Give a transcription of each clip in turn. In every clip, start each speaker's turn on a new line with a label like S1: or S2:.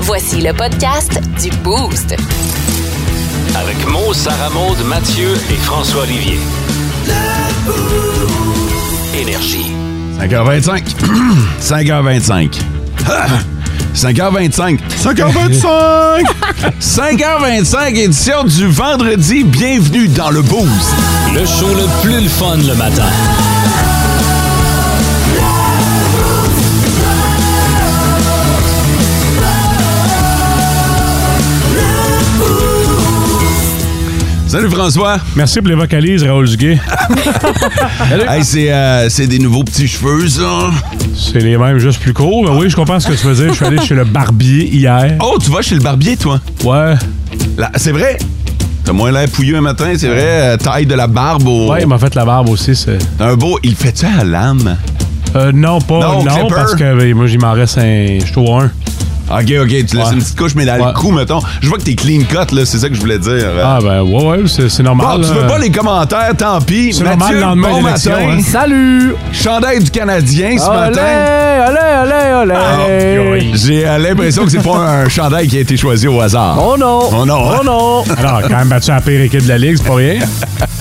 S1: Voici le podcast du Boost.
S2: Avec Mo, Sarah Maud, Mathieu et François Olivier. Énergie.
S3: 5h25. 5h25. Ah! 5h25. 5h25. 5h25, édition du vendredi. Bienvenue dans le Boost.
S4: Le show le plus le fun le matin.
S3: Salut François.
S5: Merci pour les vocalises, Raoul Duguay.
S3: Hey, c'est euh, c'est des nouveaux petits cheveux, ça.
S5: C'est les mêmes, juste plus courts. Mais oui, je comprends ce que tu veux dire. Je suis allé chez le barbier hier.
S3: Oh, tu vas chez le barbier, toi.
S5: Ouais.
S3: Là, C'est vrai. T'as moins l'air pouilleux un matin, c'est vrai. Euh, Taille de la barbe au.
S5: Ouais, il m'a fait la barbe aussi. c'est-
S3: T'as un beau. Il fait-tu à l'âme?
S5: Euh, non, pas.
S3: Non,
S5: Non,
S3: clipper. Ah,
S5: parce que ben, moi, il m'en reste un. Je trouve un.
S3: Ok, ok, tu laisses
S5: Ouais.
S3: une petite couche, mais dans le
S5: Ouais.
S3: cou, mettons. Je vois que t'es clean cut, là, c'est ça que je voulais dire.
S5: Ah, ben, ouais, ouais, c'est c'est normal.
S3: Bon, tu veux
S5: là.
S3: pas les commentaires, tant pis.
S5: C'est
S3: Mathieu,
S5: normal euh, le lendemain
S3: bon
S5: d'élection,
S3: matin.
S5: hein.
S4: Salut!
S3: Chandail du Canadien ce
S4: Olé,
S3: matin. Ah, oh,
S4: olé, olé, olé!
S3: J'ai euh, l'impression que c'est pas un chandail qui a été choisi au hasard.
S4: Oh non!
S3: Oh non, hein?
S4: Oh non!
S5: Alors, quand même battu ben, la pire équipe de la Ligue, c'est pas rien.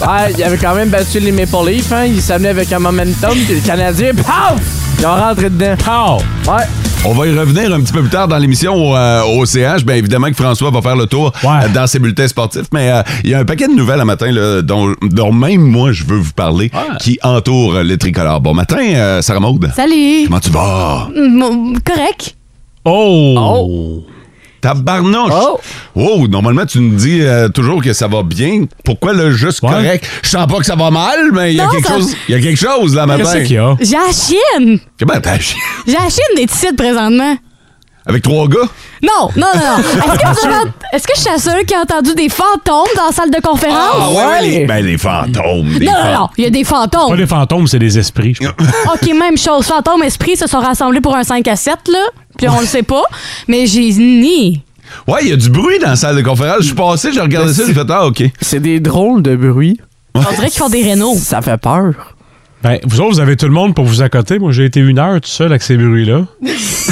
S4: Ah, il avait quand même battu les Maple Leafs, hein? Il s'amenait avec un momentum, puis le Canadien, paf! Ils ont rentré dedans.
S5: Pow!
S4: Ouais.
S3: On va y revenir un petit peu plus tard dans l'émission au, euh, au CH. Bien évidemment que François va faire le tour
S5: Ouais.
S3: euh, dans ses bulletins sportifs, mais euh, il y a un paquet de nouvelles à matin là, dont, dont même moi je veux vous parler qui entoure les tricolores. Bon matin, euh, Sarah Maude.
S6: Salut!
S3: Comment tu vas?
S6: Mon- Correct?
S5: Oh!
S3: Tabarnouche! Oh.
S4: Oh.
S3: Normalement, tu nous dis euh, toujours que ça va bien. Pourquoi le juste
S5: Ouais.
S3: correct? Je sens pas que ça va mal, mais il y a
S6: Non,
S3: quelque
S6: ça-
S3: chose. Il y a quelque chose là matin.
S5: Qu'est-ce qu'il y a?
S6: J'ai la chienne!
S3: Comment t'as agi?
S6: J'ai la chienne des titres présentement.
S3: Avec trois gars?
S6: Non, non, non, non. Est-ce que, vous avez- est-ce que je suis la seule qui a entendu des fantômes dans la salle de conférence?
S4: ouais.
S3: les, ben, les fantômes. les
S6: Ah, non, non,
S3: fan-
S6: non, il y a des
S5: Pas
S6: fantômes.
S5: des fantômes, c'est des esprits. je crois.
S6: OK, même chose. Fantômes, esprits se sont rassemblés pour un 5 à 7, là. Puis on le sait pas. Mais j'ai ni.
S3: Ouais, il y a du bruit dans la salle de conférence. Je suis passé, j'ai regardé ça, j'ai fait Ah, OK.
S4: C'est des drôles de bruit.
S6: On dirait qu'ils font des rénaux.
S4: Ça fait peur.
S5: Ben, vous autres, vous avez tout le monde pour vous accoter. Moi, j'ai été une heure tout seul avec ces bruits-là.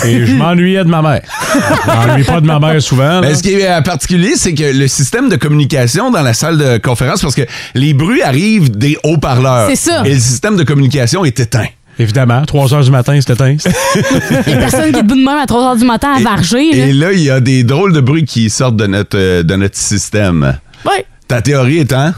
S5: Et je m'ennuyais de ma mère. Je m'ennuie pas de ma mère souvent. là.
S3: Mais ce qui est euh, particulier, c'est que le système de communication dans la salle de conférence, parce que les bruits arrivent des haut-parleurs.
S6: C'est ça.
S3: Et le système de communication est éteint.
S5: Évidemment, 3 heures du matin, c'était éteint.
S6: Il y a personne qui est debout de même à 3 h du matin à varger, là.
S3: Et là, il y a des drôles de bruits qui sortent de notre, euh, de notre système.
S6: Ouais.
S3: Ta théorie hein? étant?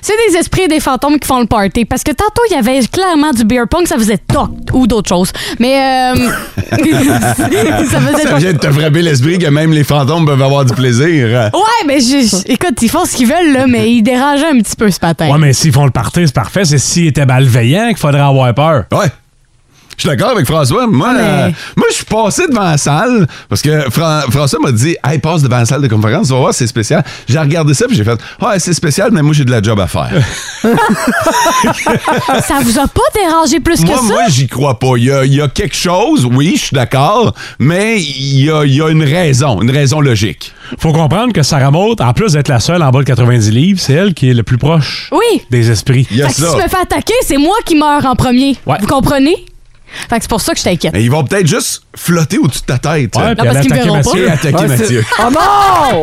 S6: C'est des esprits et des fantômes qui font le party. Parce que tantôt, il y avait clairement du beer pong, ça faisait toc ou d'autres choses. Mais euh, ça faisait
S3: Ça
S6: toc.
S3: vient de te frapper l'esprit que même les fantômes peuvent avoir du plaisir.
S6: Ouais, mais je- je- écoute, ils font ce qu'ils veulent, là, mais ils dérangeaient un petit peu ce matin.
S5: Ouais, Ah, mais s'ils font le party, c'est parfait. C'est s'ils étaient malveillants qu'il faudrait avoir peur.
S3: Ouais. Je suis d'accord avec François. Moi,
S6: Mais-
S3: euh, moi je suis passé devant la salle parce que Fran- François m'a dit Hey, passe devant la salle de conférence, tu vas voir, c'est spécial. J'ai regardé ça puis j'ai fait Ah, c'est spécial, mais moi, j'ai de la job à faire.
S6: Ça vous a pas dérangé plus que
S3: moi,
S6: ça?
S3: moi j'y crois pas. Il y, a, il y a quelque chose, oui, je suis d'accord, mais il y a, il y a une raison, une raison euh, logique.
S5: Faut comprendre que Sarah Maud, en plus d'être la seule en bas de 90 livres, c'est elle qui est le plus proche
S6: Oui.
S5: des esprits.
S3: Il y a
S6: Fait que si
S3: ça.
S6: je me fais attaquer, c'est moi qui meurs en premier.
S5: Ouais.
S6: Vous comprenez? Fait que c'est pour ça que je t'inquiète.
S3: Mais ils vont peut-être juste flotter au-dessus de ta tête.
S5: Ouais,
S3: hein,
S5: puis
S6: parce
S5: elle a
S6: qu'ils me verront
S5: attaqué Mathieu.
S3: et attaquer
S4: Ouais, c'est-
S3: Mathieu.
S4: Oh non!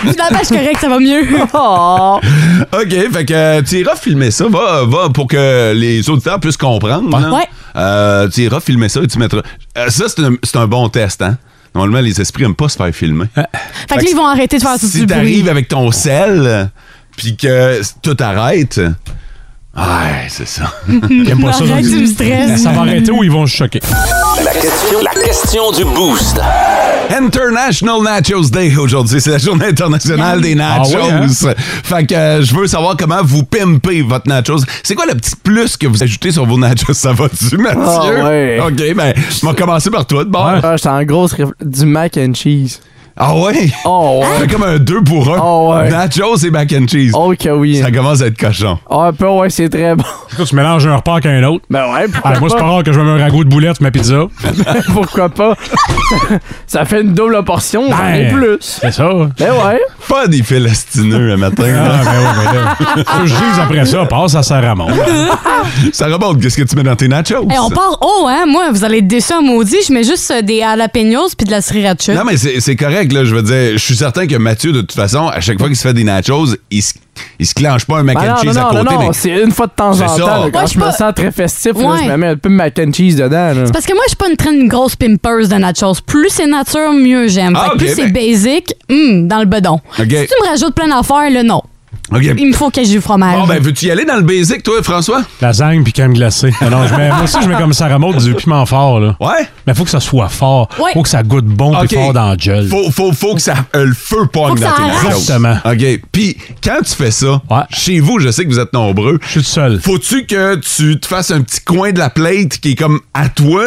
S6: Finalement, je suis correct, ça va mieux.
S4: Oh!
S3: OK, fait que euh, tu iras filmer ça, va, va pour que les auditeurs puissent comprendre. là.
S6: Ouais.
S3: Euh, tu iras filmer ça et tu mettras. Euh, ça, c'est un, c'est un bon test, hein? Normalement, les esprits n'aiment pas se faire filmer.
S6: Fait que là, ils vont arrêter de faire tout
S3: si
S6: du bruit.
S3: t'arrives avec ton sel, puis que tout arrête, Ouais, c'est ça.
S5: J'aime pas ça.
S6: Arrête,
S5: donc-
S6: tu me stresses.
S5: Ça va arrêter ou ils vont se choquer.
S2: La question, la question du boost.
S3: International Nachos Day aujourd'hui. C'est la journée internationale des nachos.
S5: Ah ouais, hein?
S3: Fait que euh, je veux savoir comment vous pimpez votre nachos. C'est quoi le petit plus que vous ajoutez sur vos nachos? Ça va-tu, Mathieu?
S4: Ah ouais.
S3: OK, ben, on va commencer par toi de bord.
S4: Ah, j'étais en grosse réf- du mac and cheese.
S3: Ah ouais?
S4: Oh ouais.
S3: C'est comme un 2 pour 1.
S4: Ah ouais.
S3: Nachos et mac and cheese.
S4: Oh que oui.
S3: Ça commence à être cochon.
S4: Ah, un peu ouais, c'est très bon.
S5: Quand tu mélanges un repas avec un autre.
S4: Ben ouais, pourquoi
S5: Ah, moi, c'est pas rare que je me mets un ragoût de boulettes sur ma pizza.
S4: Pourquoi pas? ça fait une double portion, j'en ai
S5: Ben.
S4: plus.
S5: C'est ça.
S4: Ben ouais.
S3: Pas des fils astineux le matin. là.
S5: Ah, ben ouais, ben là. Faut que Je dis après ça, passe à Sarah Maud.
S3: Ça remonte. Qu'est-ce que tu mets dans tes nachos?
S6: Hey, on part haut, hein? Moi, vous allez être déçus à maudit. Je mets juste euh, des jalapenos puis de la sriracha.
S3: Non, mais c'est c'est correct, là. Je veux dire, je suis certain que Mathieu, de toute façon, à chaque fois qu'il se fait des nachos, il se, il se clenche pas un mac
S4: Ben
S3: and
S4: non,
S3: cheese
S4: non,
S3: à
S4: non,
S3: côté.
S4: non,
S3: mais-
S4: c'est une fois de temps en
S3: C'est
S4: temps.
S3: ça.
S4: là, quand
S6: Ouais,
S4: je
S6: je
S4: me
S6: pas-
S4: sens très festif, là, je
S6: Ouais.
S4: me mets un peu de mac and cheese dedans. là.
S6: C'est Parce que moi, je suis pas une traîne grosse pimpeuse de nachos. Plus c'est nature, mieux j'aime. Fait
S3: Ah,
S6: que
S3: ok,
S6: plus c'est basic, hum, dans le bedon.
S3: Ok.
S6: Si tu me rajoutes plein d'affaires, là, non.
S3: OK.
S6: Il me faut que j'ai du fromage.
S3: Bon, ben, veux-tu y aller dans le basic, toi, François?
S5: Lasagne puis crème glacée. Ah non, je mets- moi aussi, je mets comme Sarah Maud du piment fort, là.
S3: Ouais?
S5: Mais faut que ça soit fort.
S6: Ouais.
S5: Faut que ça goûte bon
S3: OK.
S5: pis fort dans le gel.
S3: Faut, faut, faut que ça, euh, le feu
S6: Faut
S3: pogne
S6: que
S3: dans
S6: ça
S3: tes
S6: arrache.
S3: nachos.
S5: Exactement.
S3: OK. Puis, quand tu fais ça,
S5: Ouais.
S3: chez vous, je sais que vous êtes nombreux.
S5: Je suis tout seul.
S3: Faut-tu que tu te fasses un petit coin de la plate qui est comme à toi?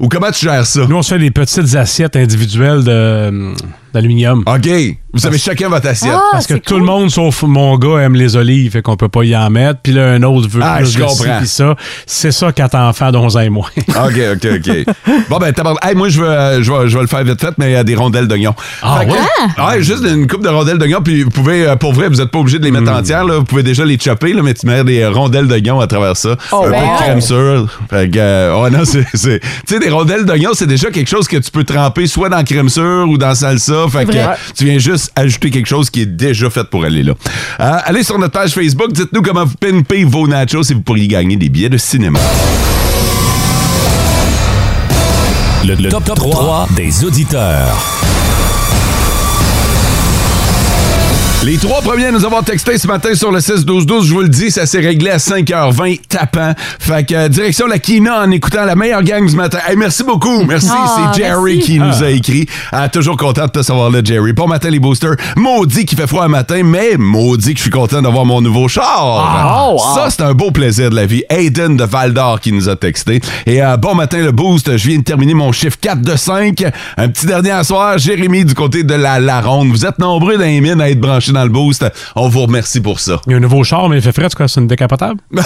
S3: Ou comment tu gères ça?
S5: Nous, on se fait des petites assiettes individuelles de, hum, d'aluminium.
S3: OK. Vous avez chacun votre assiette.
S6: Ah,
S5: Parce que
S6: c'est
S5: tout
S6: cool.
S5: le monde, sauf mon gars, aime les olives, fait qu'on peut pas y en mettre. Puis là, un autre veut
S3: Ah,
S5: plus
S3: je
S5: de ci,
S3: comprends.
S5: pis ça. C'est ça quatre enfants d'11 ans et moins.
S3: OK, OK, OK. bon, ben, tabarnak. Hey, moi, je veux, euh, je, vais, je vais le faire vite fait, mais il y a des rondelles d'oignon.
S5: Ah,
S3: Fait que- euh,
S5: ouais?
S3: Ouais, juste une coupe de rondelles d'oignon, puis vous pouvez, euh, pour vrai, vous n'êtes pas obligé de les mettre entières, là. Vous pouvez déjà les chopper, là, mais tu mets des rondelles d'oignon à travers ça.
S4: Oh,
S3: un peu
S4: wow.
S3: de crème sûre. Fait que, euh, ouais, non, c'est. c'est- Tu sais, des rondelles d'oignon, c'est déjà quelque chose que tu peux tremper soit dans crème sûre ou dans salsa. Fait que
S6: Vrai.
S3: euh, tu viens juste ajouter quelque chose qui est déjà fait pour aller là. Euh, allez sur notre page Facebook, dites-nous comment vous pimpez vos nachos si vous pourriez gagner des billets de cinéma.
S7: Le, le top, 3, des auditeurs.
S3: Les trois premiers à nous avoir texté ce matin sur le 6-12-12, je vous le dis, ça s'est réglé à 5h20 tapant. Fait que euh, direction la Kina en écoutant la meilleure gang ce matin. Hey, merci beaucoup. Merci.
S6: Ah,
S3: C'est Jerry
S6: merci.
S3: qui nous a écrit. Ah, toujours content de te savoir là, Jerry. Bon matin, les boosters. Maudit qu'il fait froid un matin, mais maudit que je suis content d'avoir mon nouveau char.
S4: Ah, wow.
S3: Ça, c'est un beau plaisir de la vie. Aiden de Val d'Or qui nous a texté. Et euh, bon matin, le boost. Je viens de terminer mon chiffre 4 de 5. Un petit dernier à soir, Jérémy du côté de la Laronde. Vous êtes nombreux dans les mines à être branchés dans le boost. On vous remercie pour ça.
S5: Il y a un nouveau char, Oh, mais il fait frais, tu crois, c'est une décapotable?
S3: ben,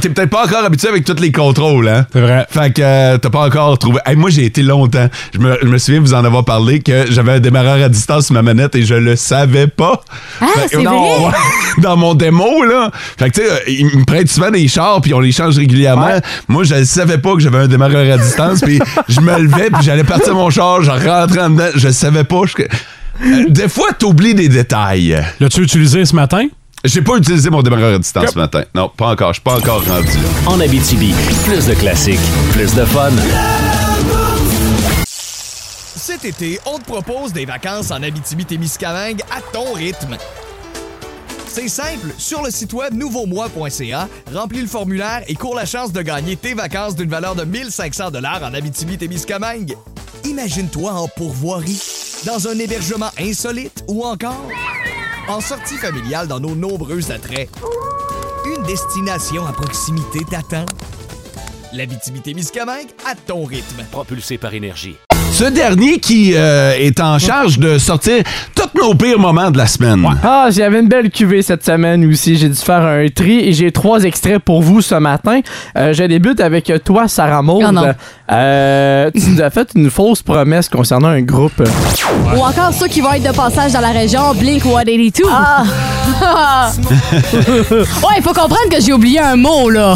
S3: t'es peut-être pas encore habitué avec tous les contrôles, hein?
S5: C'est vrai.
S3: Fait que euh, t'as pas encore trouvé. Hey, moi, j'ai été longtemps. Je me, je me souviens vous en avoir parlé que j'avais un démarreur à distance sur ma manette et je le savais pas.
S6: Ah,
S3: Fait-
S6: c'est vrai?
S3: Ouais, dans mon démo, là. Fait que, tu sais, euh, ils me prêtent souvent des chars puis on les change régulièrement. Moi, je le savais pas que j'avais un démarreur à distance puis je me levais puis j'allais partir mon char, je rentrais en dedans. Je le savais pas. Je- Euh, Des fois, t'oublies des détails.
S5: L'as-tu utilisé ce matin?
S3: J'ai pas utilisé mon démarreur à distance ce matin. Non, pas encore. Je suis pas encore rendu là.
S7: En Abitibi, plus de classiques, plus de fun.
S8: Cet été, on te propose des vacances en Abitibi-Témiscamingue à ton rythme. C'est simple, sur le site web nouveaumois.ca, remplis le formulaire et cours la chance de gagner tes vacances d'une valeur de 1500 dollars en Abitibi-Témiscamingue. Imagine-toi en pourvoirie, dans un hébergement insolite ou encore en sortie familiale dans nos nombreux attraits. Une destination à proximité t'attend. L'Abitibi-Témiscamingue à ton rythme.
S7: Propulsé par énergie.
S3: Ce dernier qui euh, est en charge de sortir tous nos pires moments de la semaine.
S4: Ah, j'avais une belle cuvée cette semaine aussi. J'ai dû faire un tri et j'ai trois extraits pour vous ce matin. Euh, je débute avec toi, Sarah Maud.
S6: Oh non.
S4: Euh, tu nous as fait une fausse promesse concernant un groupe.
S6: Ou encore ceux qui vont être de passage dans la région, Blink 182. ouais, il faut comprendre que j'ai oublié un mot, là.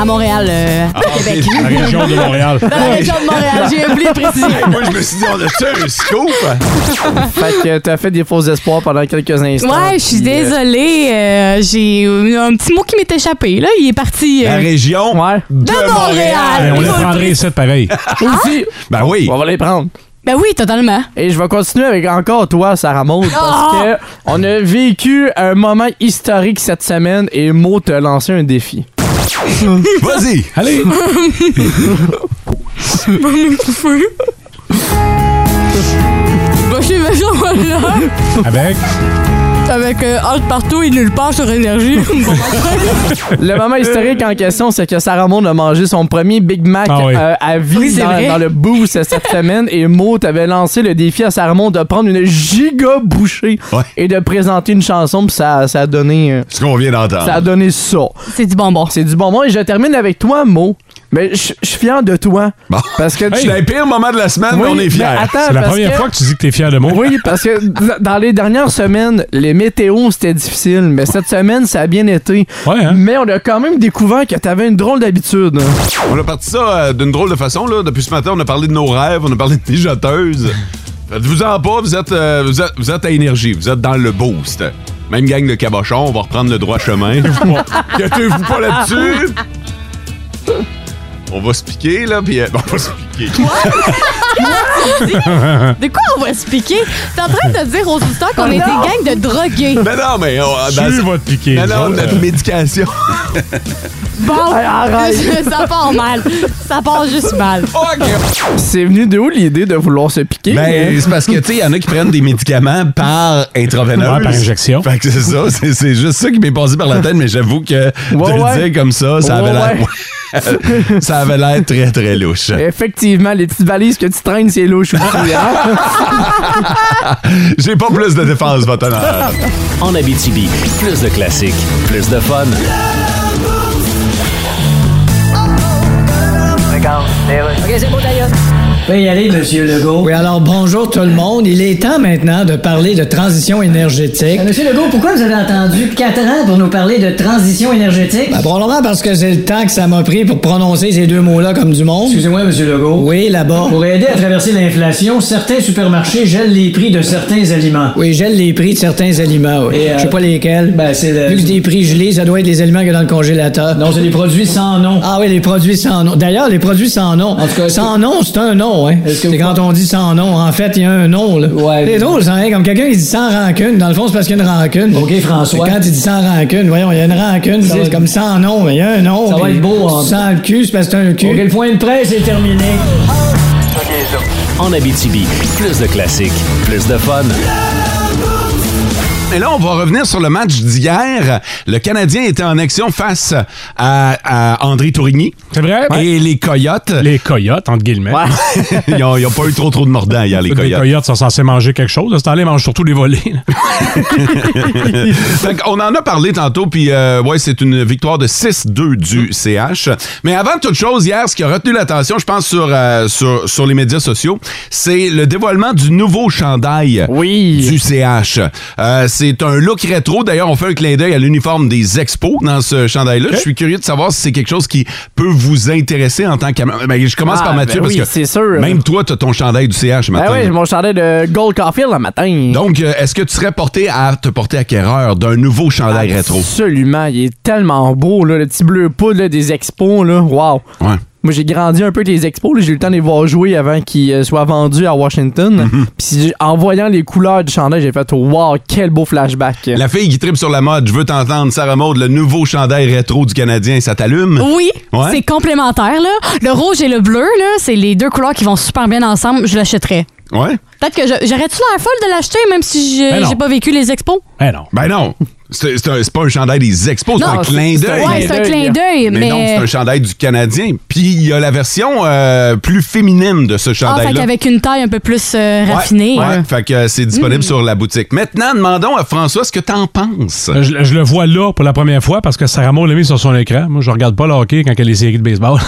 S6: À Montréal, euh,
S3: Ah,
S6: à Québec.
S5: La région de Montréal.
S6: Dans la région de Montréal, j'ai oublié de préciser.
S3: Moi, je me suis dit, on a un scoop?
S4: Fait que t'as fait des faux espoirs pendant quelques instants.
S6: Ouais, je suis
S4: Puis, euh,
S6: désolée. euh, j'ai eu un petit mot qui m'est échappé, là. Il est parti. euh,
S3: La région
S4: Ouais.
S3: de
S6: de
S3: Montréal.
S6: Montréal.
S5: Mais Ben, on
S6: Il
S5: les
S6: faut le
S5: prendrait
S6: préciser.
S5: ici pareil.
S4: Aussi,
S3: Ben oui.
S4: on va les prendre.
S6: Ben oui, totalement.
S4: Hein? Et je vais continuer avec encore toi, Sarah Maud, parce
S6: Oh!
S4: que on a vécu un moment historique cette semaine et Mo t'a lancé un défi.
S3: Vas-y!
S5: Allez!
S6: Bah, j'ai ma là
S5: Avec.
S6: avec euh, Alt partout et nulle part sur énergie. ben,
S4: Le moment historique en question, c'est que Sarah Maud a mangé son premier Big Mac
S5: Ah oui.
S4: euh, à vie
S6: Oui, c'est
S4: dans,
S6: vrai.
S4: dans le boost cette semaine et Mo t'avait lancé le défi à Sarah Maud de prendre une giga bouchée
S3: Ouais.
S4: et de présenter une chanson, puis ça, ça a donné... euh,
S3: Ce qu'on vient d'entendre.
S4: ça a donné ça.
S6: C'est du bonbon.
S4: C'est du bonbon et je termine avec toi, Mo. Mais je je suis fier de toi.
S3: Bon.
S4: Parce que tu
S3: C'est le pire moment de la semaine, mais
S4: Oui,
S3: on est fiers.
S4: mais attends,
S5: C'est la
S4: parce
S5: première
S4: que-
S5: fois que tu dis que t'es fier de moi.
S4: Oui, parce que d- dans les dernières semaines, les météos, c'était difficile. Mais cette semaine, ça a bien été.
S5: Ouais, hein?
S4: Mais on a quand même découvert que t'avais une drôle d'habitude. hein.
S3: On a parti ça euh, d'une drôle de façon, là. Depuis ce matin, on a parlé de nos rêves, on a parlé des jeteuses. Faites-vous en pas, vous êtes, euh, vous, êtes, vous êtes à énergie, vous êtes dans le boost. Même gang de cabochons, on va reprendre le droit chemin. Gâtez-vous pas là-dessus! On va se piquer, là, puis euh, on va se piquer.
S6: De quoi on va se piquer? T'es en train de dire aux auditeurs qu'on est des gangs de drogués.
S3: Mais Ben non, mais... on-
S5: Tu
S3: dans-
S5: vas te piquer.
S3: mais
S5: ça.
S3: non, notre médication.
S6: Bon,
S4: Hey, arrête.
S6: ça part mal. Ça part juste mal.
S4: C'est venu de où l'idée de vouloir se piquer?
S3: Ben,
S4: hein?
S3: c'est parce que, tu sais, il y en a qui prennent des médicaments par intraveineuse.
S5: Ouais, par injection.
S3: Fait que c'est ça, c'est, c'est juste ça qui m'est passé par la tête, mais j'avoue que de
S4: Ouais,
S3: le
S4: ouais.
S3: dire comme ça, ça avait,
S4: Ouais,
S3: l'air, ça avait l'air très, très louche.
S4: Effectivement, les petites valises que tu traînes, c'est louche aussi. hein?
S3: J'ai pas plus de défense, votre honneur.
S7: En Abitibi,
S2: Plus de classiques, plus de fun.
S9: Oui, allez, Monsieur Legault. Oui, alors bonjour tout le monde. Il est temps maintenant de parler de transition énergétique. Euh, Monsieur Legault, pourquoi vous avez attendu quatre ans pour nous parler de transition énergétique? Ben, probablement parce que c'est le temps que ça m'a pris pour prononcer ces deux mots-là comme du monde. Excusez-moi, Monsieur Legault. Oui, là-bas. Pour aider à traverser l'inflation, certains supermarchés gèlent les prix de certains aliments. Oui, gèlent les prix de certains aliments, oui. Je sais pas lesquels. Ben, c'est Vu que c'est des prix gelés, ça doit être les aliments qu'il y a dans le congélateur. Non, c'est des produits sans nom. Ah oui, les produits sans nom. D'ailleurs, les produits sans nom. sans nom, c'est un nom, hein. C'est quand on dit sans nom, en fait, il y a un nom, là. c'est drôle, ça, hein. Comme quelqu'un qui dit sans rancune, dans le fond, c'est parce qu'il y a une rancune. OK, François. Quand il dit sans rancune, voyons, il y a une rancune, c'est comme sans nom, mais il y a un nom. Ça va être beau, Sans le cul, c'est parce que c'est un cul. OK, le point de presse est terminé.
S2: En Abitibi, plus de classiques, plus de fun.
S3: Et là, on va revenir sur le match d'hier. Le Canadien était en action face à, à André Tourigny.
S5: C'est vrai?
S3: Et les Coyotes,
S5: Les coyotes, entre guillemets.
S3: ils, ont, ils ont pas eu trop trop de mordants hier, les
S5: Les
S3: Coyotes.
S5: coyotes sont censés manger quelque chose. À ce temps-là, ils mangent surtout les volets. là.
S3: Fait qu'on en a parlé tantôt, puis euh, ouais, c'est une victoire de 6-2 du CH. Mais avant toute chose, hier, ce qui a retenu l'attention, je pense, sur, euh, sur, sur les médias sociaux, c'est le dévoilement du nouveau chandail
S4: Oui.
S3: du CH. Euh, c'est un look rétro. D'ailleurs, on fait un clin d'œil à l'uniforme des expos dans ce chandail-là. Je suis curieux de savoir si c'est quelque chose qui peut vous intéresser en tant qu'am- Ben, je commence
S4: Ah,
S3: par
S4: ben
S3: Mathieu,
S4: oui,
S3: parce que
S4: c'est sûr.
S3: même toi, tu as ton chandail du CH
S4: Ben
S3: maintenant.
S4: oui, mon chandail de Gold Carfield le matin.
S3: Donc, euh, est-ce que tu serais porté à te porter acquéreur d'un nouveau
S4: Ah,
S3: chandail rétro?
S4: Absolument, il est tellement beau, là, le petit bleu poudre là, des expos, là. Wow.
S3: Ouais.
S4: Moi, j'ai grandi un peu avec les expos. là. J'ai eu le temps de les voir jouer avant qu'ils euh, soient vendus à Washington.
S3: Mhm.
S4: Puis j'ai- en voyant les couleurs du chandail, j'ai fait « Wow, quel beau flashback! »
S3: La fille qui tripe sur la mode, je veux t'entendre, Sarah Maud, le nouveau chandail rétro du Canadien, ça t'allume?
S6: Oui,
S3: Ouais.
S6: c'est complémentaire. Là. Le rouge et le bleu, là, c'est les deux couleurs qui vont super bien ensemble. Je l'achèterais.
S3: Ouais?
S6: Peut-être que je- j'aurais-tu l'air folle de l'acheter, même si je-
S5: Ben non.
S6: j'ai pas vécu les expos?
S5: Ben non.
S3: Ben non! C'est c'est un- c'est pas un chandail des expos, c'est
S6: Non,
S3: un clin
S4: c'est-
S3: d'œil.
S4: Ben,
S6: Ouais, c'est un
S4: là,
S6: clin
S4: il-
S6: d'œil,
S3: mais, non, c'est
S6: mais.
S3: un chandail du Canadien. Puis il y a la version euh, plus féminine de ce
S6: Ah, fait
S3: chandail-là.
S6: qu'avec une taille un peu plus euh,
S3: ben Ouais,
S6: raffinée. Mm.
S3: ouais, fait que euh, c'est disponible sur la boutique. Maintenant, demandons à François ce que t'en penses.
S5: Euh, Je, je le vois là pour la première fois parce que Sarah Maud l'a mis sur son écran. Moi, je regarde pas le hockey quand elle a les séries de baseball.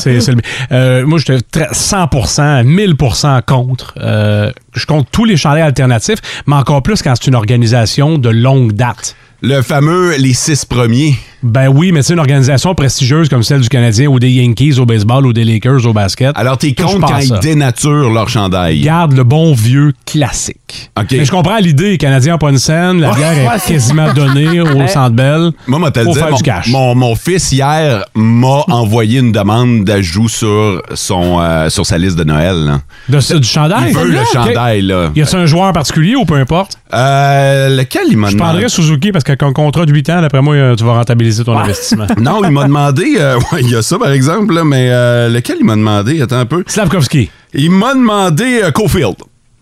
S5: c'est, c'est le- Euh, moi, j'étais très- 100%, 1000% contre. Euh, je compte tous les chalets alternatifs, mais encore plus quand c'est une organisation de longue date.
S3: Le fameux Les six premiers.
S5: Ben oui, mais c'est une organisation prestigieuse comme celle du Canadien ou des Yankees au baseball ou des Lakers au basket.
S3: Alors, t'es
S5: Tout, je
S3: contre
S5: pense
S3: quand
S5: ça.
S3: ils dénaturent leur chandail.
S5: Garde le bon vieux classique.
S3: OK.
S5: Mais je comprends l'idée, Canadien pas une scène, la bière est quasiment donnée au Centre Bell.
S3: Moi, moi, te le
S5: Faut
S3: dire,
S5: faire
S3: mon,
S5: du cash.
S3: mon- mon fils, hier, m'a envoyé une demande d'ajout sur, son, euh, sur sa liste de Noël. là.
S5: De ce- du chandail.
S3: Il veut le
S5: Ok.
S3: chandail, là.
S5: Y a-t-il un joueur particulier ou peu importe?
S3: Euh, lequel il m'a
S5: Je
S3: demandé?
S5: prendrais Suzuki parce qu'avec un contrat de 8 ans, d'après moi, euh, tu vas rentabiliser ton investissement.
S3: Non, il m'a demandé... euh, ouais, il y a ça, par exemple, là, mais euh, lequel il m'a demandé? Attends un peu.
S5: Slavkovski.
S3: Il m'a demandé euh, Cofield.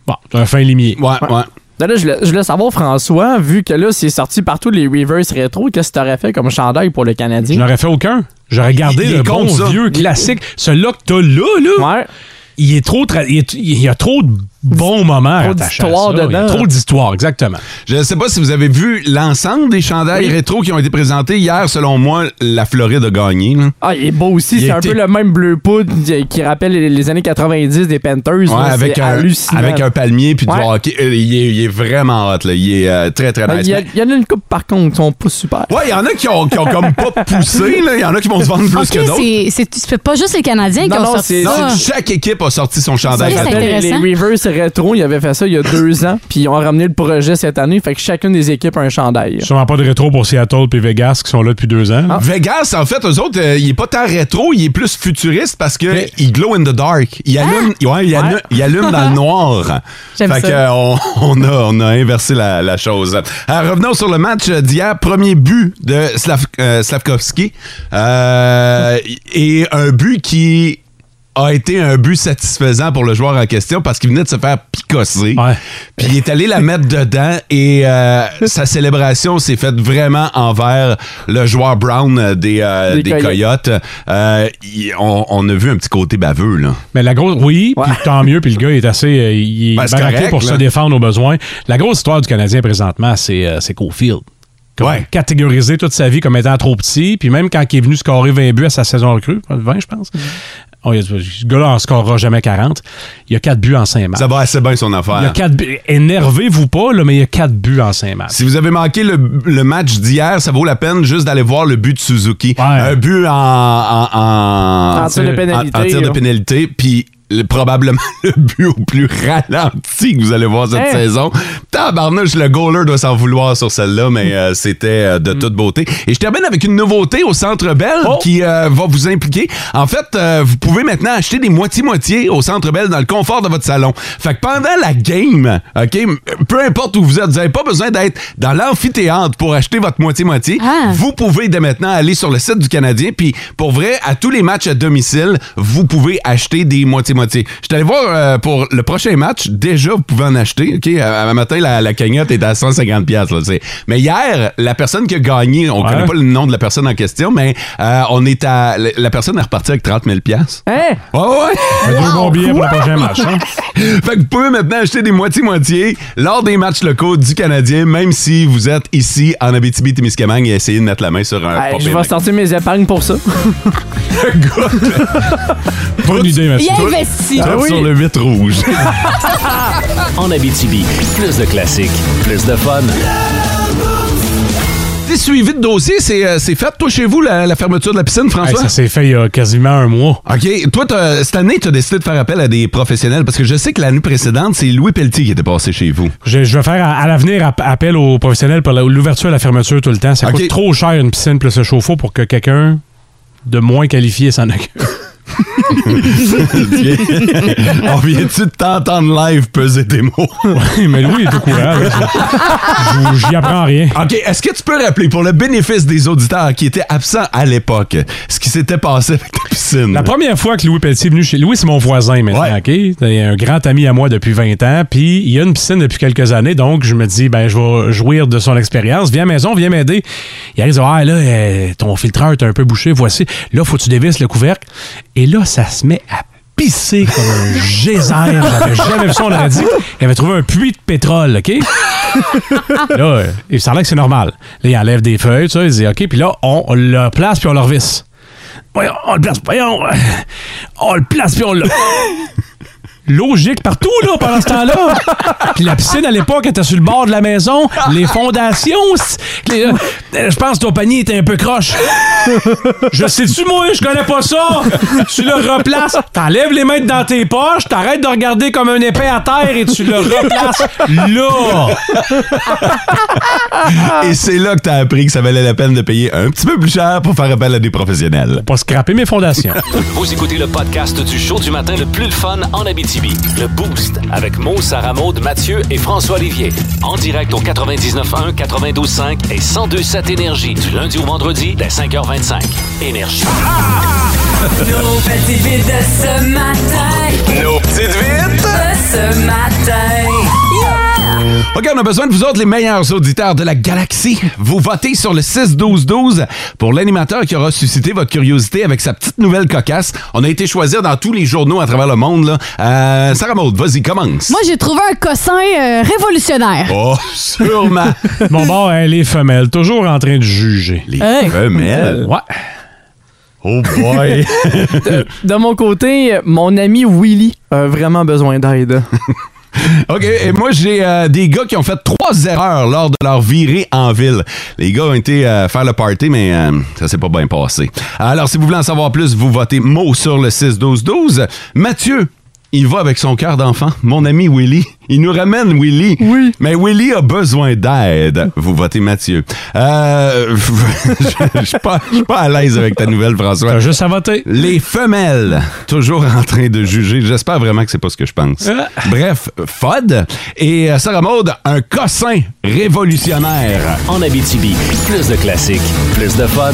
S5: Bon, t'as un fin limier.
S3: Ouais, ouais.
S4: Ben Là, là, je, voulais, je voulais savoir, François, vu que là, c'est sorti partout les reverse rétro, qu'est-ce que t'aurais fait comme chandail pour le
S5: Je
S4: Canadien?
S5: n'aurais fait aucun. J'aurais gardé
S3: Il- il
S5: le
S3: est
S5: bon
S3: contre ça.
S5: vieux classique. Celui-là que t'as là, là,
S4: Ouais.
S5: il est trop tra- il, est- il y a trop de bons moments
S4: Trop
S5: attachés à
S4: d'histoires
S5: ça. Il y a
S4: dedans.
S5: trop d'histoires, exactement.
S3: Je ne sais pas si vous avez vu l'ensemble des chandails rétro qui ont été présentés hier. Selon moi, la Floride a gagné. là.
S4: Ah, il est beau aussi.
S3: Il
S4: C'est un
S3: était-
S4: peu le même bleu poudre qui- qui rappelle les, les années 90 des Panthers.
S3: Ouais,
S4: là,
S3: avec
S4: c'est
S3: un,
S4: hallucinant.
S3: avec un palmier puis du
S4: Ouais.
S3: hockey. Euh, Il est, il est vraiment hot, là. Il est euh, très, très
S4: Ben,
S3: nice.
S4: Il y, a- il y en a une coupe, par contre, qui sont pas super.
S3: Ouais, il y en a qui ont, qui ont comme pas poussé, là. Il y en a qui vont se vendre plus
S6: Ok,
S3: que d'autres.
S6: c'est- c'est c'est pas juste les Canadiens
S4: Non,
S6: qui ont
S4: non,
S6: sorti
S4: c'est-
S6: ça.
S3: Non, c'est que chaque équipe a sorti son
S6: Ça,
S3: chandail.
S6: c'est
S4: Je me
S3: rétro.
S4: rappelle, les,
S6: intéressant.
S4: les Reverse Retro, ils avaient fait ça il y a deux ans, puis ils ont ramené le projet cette année, fait que chacune des équipes a un chandail.
S5: Sûrement pas de rétro pour Seattle et Vegas qui sont là depuis deux ans.
S3: Vegas, en fait, eux autres, euh, il est pas tant rétro, il est plus futuriste parce que il glow in the dark. Il allume, ouais, il allume, il allume dans le noir.
S6: Ah! J'aime
S3: fait
S6: ça.
S3: que, euh, on, on a, on a inversé la, la chose. Euh, revenons sur le match d'hier. Premier but de Slav- euh, Slavkovski. Euh, et un but qui a été un but satisfaisant pour le joueur en question parce qu'il venait de se faire picosser.
S5: Ouais.
S3: Puis il est allé la mettre dedans et euh, sa célébration s'est faite vraiment envers le joueur Brown euh, des, euh,
S4: Des
S3: des
S4: Coyotes.
S3: Coyotes. Euh, il- on, on a vu un petit côté baveux, là.
S5: Mais la grosse. Oui, puis tant mieux, puis le gars il est assez. euh, Il est
S3: Ben, c'est
S5: baraqué
S3: correct,
S5: pour
S3: là.
S5: se défendre aux besoins. La grosse histoire du Canadien présentement, c'est euh, c'est Cofield. Comme
S3: Ouais.
S5: Catégorisé toute sa vie comme étant trop petit, puis même quand il est venu scorer 20 buts à sa saison recrue, 20, je pense.
S3: Mm-hmm.
S5: Oh, il a dit, ce gars-là en scorera jamais 40. Il a 4 buts en 5 matchs.
S3: Ça va assez bien son
S5: Il y a
S3: affaire.
S5: quatre buts. Énervez-vous pas, là, mais il y a quatre buts en cinq matchs.
S3: Si vous avez manqué le, le match d'hier, ça vaut la peine juste d'aller voir le but de Suzuki.
S5: Ouais.
S3: Un but en, en, en-
S4: En tir de pénalité,
S3: en- en tir de
S4: là.
S3: pénalité, puis le- probablement le but au plus ralenti que vous allez voir cette
S4: Hein?
S3: saison. Tabarnouche, le goaler doit s'en vouloir sur celle-là, mais euh, c'était euh, de toute beauté. Et je termine avec une nouveauté au Centre Bell qui euh, va vous impliquer. En fait, euh, vous pouvez maintenant acheter des moitié-moitié au Centre Bell dans le confort de votre salon. Fait que pendant la game, OK, peu importe où vous êtes, vous n'avez pas besoin d'être dans l'amphithéâtre pour acheter votre moitié-moitié.
S6: Ah.
S3: Vous pouvez dès maintenant aller sur le site du Canadien, puis pour vrai, à tous les matchs à domicile, vous pouvez acheter des moitié-moitié. Je suis allé voir euh, pour le prochain match, déjà, vous pouvez en acheter. OK, à, à matin, la, la cagnotte est à 150$. Là, tu sais. mais hier, la personne qui a gagné, on
S5: Ouais.
S3: connaît pas le nom de la personne en question, mais euh, on est à. La, la personne est repartie avec 30 000$.
S4: Hein?
S3: Ouais, ouais,
S5: Un deux bons billets pour le prochain match. hein?
S3: ouais. fait que vous pouvez maintenant acheter des moitié-moitié lors des matchs locaux du Canadien, même si vous êtes ici en Abitibi-Témiscamingue et essayez de mettre la main sur un
S4: Hey,
S3: pas
S4: je
S3: pire
S4: vais sortir mes épargnes pour ça.
S5: Bonne idée,
S6: Il
S5: Mathieu.
S6: a investi. Ah
S3: Tape Ah sur le 8 rouge.
S5: hein.
S2: En Abitibi, plus de classiques, plus de fun.
S3: T'es suivi de dossier, c'est euh, c'est fait, toi, chez vous, la, la fermeture de la piscine,
S5: Hey,
S3: François?
S5: ça s'est fait il y a quasiment un mois.
S3: OK. Toi, t'as- cette année, tu as décidé de faire appel à des professionnels parce que je sais que l'année précédente, c'est Louis Pelletier qui était passé chez vous.
S5: Je, je vais faire à, à l'avenir app- appel aux professionnels pour la- l'ouverture et la fermeture tout le temps. Ça
S3: Ok.
S5: coûte trop cher une piscine plus le chauffe-eau pour que quelqu'un de moins qualifié s'en occupe.
S3: On vient-tu de t'entendre live peser tes mots?
S5: Ouais, mais Louis est au courant. là. Je- je- J'y apprends rien.
S3: OK. Est-ce que tu peux rappeler, pour le bénéfice des auditeurs qui étaient absents à l'époque, ce qui s'était passé avec ta piscine?
S5: La première fois que Louis Pelletier est venu chez... Louis, c'est mon voisin maintenant,
S3: Ouais.
S5: OK? C'est un grand ami à moi depuis 20 ans, puis il y a une piscine depuis quelques années, donc je me dis, ben je vais jouir de son expérience. Viens à la maison, viens m'aider. Il arrive, il dit, ah là, euh, ton filtreur est un peu bouché, voici. Là, faut que tu dévisses le couvercle. Et là, ça se met à pisser comme un geyser. J'avais jamais vu ça, on aurait dit. Il avait trouvé un puits de pétrole, OK? là, euh, il semblait que c'est normal. Là, il enlève des feuilles, tout ça, il dit, OK, puis là, on le place, puis on le revisse. Voyons, on le place, voyons. On le place, puis on le. logique partout, là, pendant ce temps-là. Puis la piscine, à l'époque, était sur le bord de la maison. Les fondations. c- les- euh, je pense que ton panier était un peu croche. Je sais-tu, moi, je connais pas ça. Tu le replaces. T'enlèves les mains dans tes poches. T'arrêtes de regarder comme un épais à terre et tu le replaces là.
S3: Et c'est là que t'as appris que ça valait la peine de payer un petit peu plus cher pour faire appel à des professionnels.
S5: Pas scraper mes fondations.
S2: Vous écoutez le podcast du show du matin le plus le fun en Abitibi. Le Boost avec Mo, Sarah Maud, Mathieu et François Olivier. En direct au 99.1, 92.5 et 102.7 Énergie du lundi au vendredi dès 5h25. Énergie.
S10: Nos petites vites de ce matin. Nos petites vites de ce matin. Yeah!
S3: OK, on a besoin de vous autres, les meilleurs auditeurs de la galaxie. Vous votez sur le 6-12-12 pour l'animateur qui aura suscité votre curiosité avec sa petite nouvelle cocasse. On a été choisir dans tous les journaux à travers le monde. Là. Euh, Sarah Maud, vas-y, commence.
S6: Moi, j'ai trouvé un cossin euh, révolutionnaire.
S3: Oh, sûrement.
S5: Bon, bon, hein, les femelles, toujours en train de juger.
S3: les
S4: Hey.
S3: femelles.
S5: Ouais.
S3: Oh boy.
S4: De mon côté, mon ami Willy a vraiment besoin d'aide.
S3: OK, et moi, j'ai euh, des gars qui ont fait trois erreurs lors de leur virée en ville. Les gars ont été euh, faire le party, mais euh, ça s'est pas bien passé. Alors, si vous voulez en savoir plus, vous votez mot sur le 6-12-12. Mathieu, il va avec son cœur d'enfant. Mon ami Willy, il nous ramène Willy.
S4: Oui.
S3: Mais Willy a besoin d'aide. Vous votez Mathieu. Euh, je je suis pas, je suis pas à l'aise avec ta nouvelle, François.
S5: T'as juste à voter.
S3: Les femelles, toujours en train de juger. J'espère vraiment que c'est pas ce que je pense.
S5: Ah.
S3: Bref, FOD. Et euh, Sarah Maud, un cossin révolutionnaire.
S2: En Abitibi, plus de classiques, plus de fun.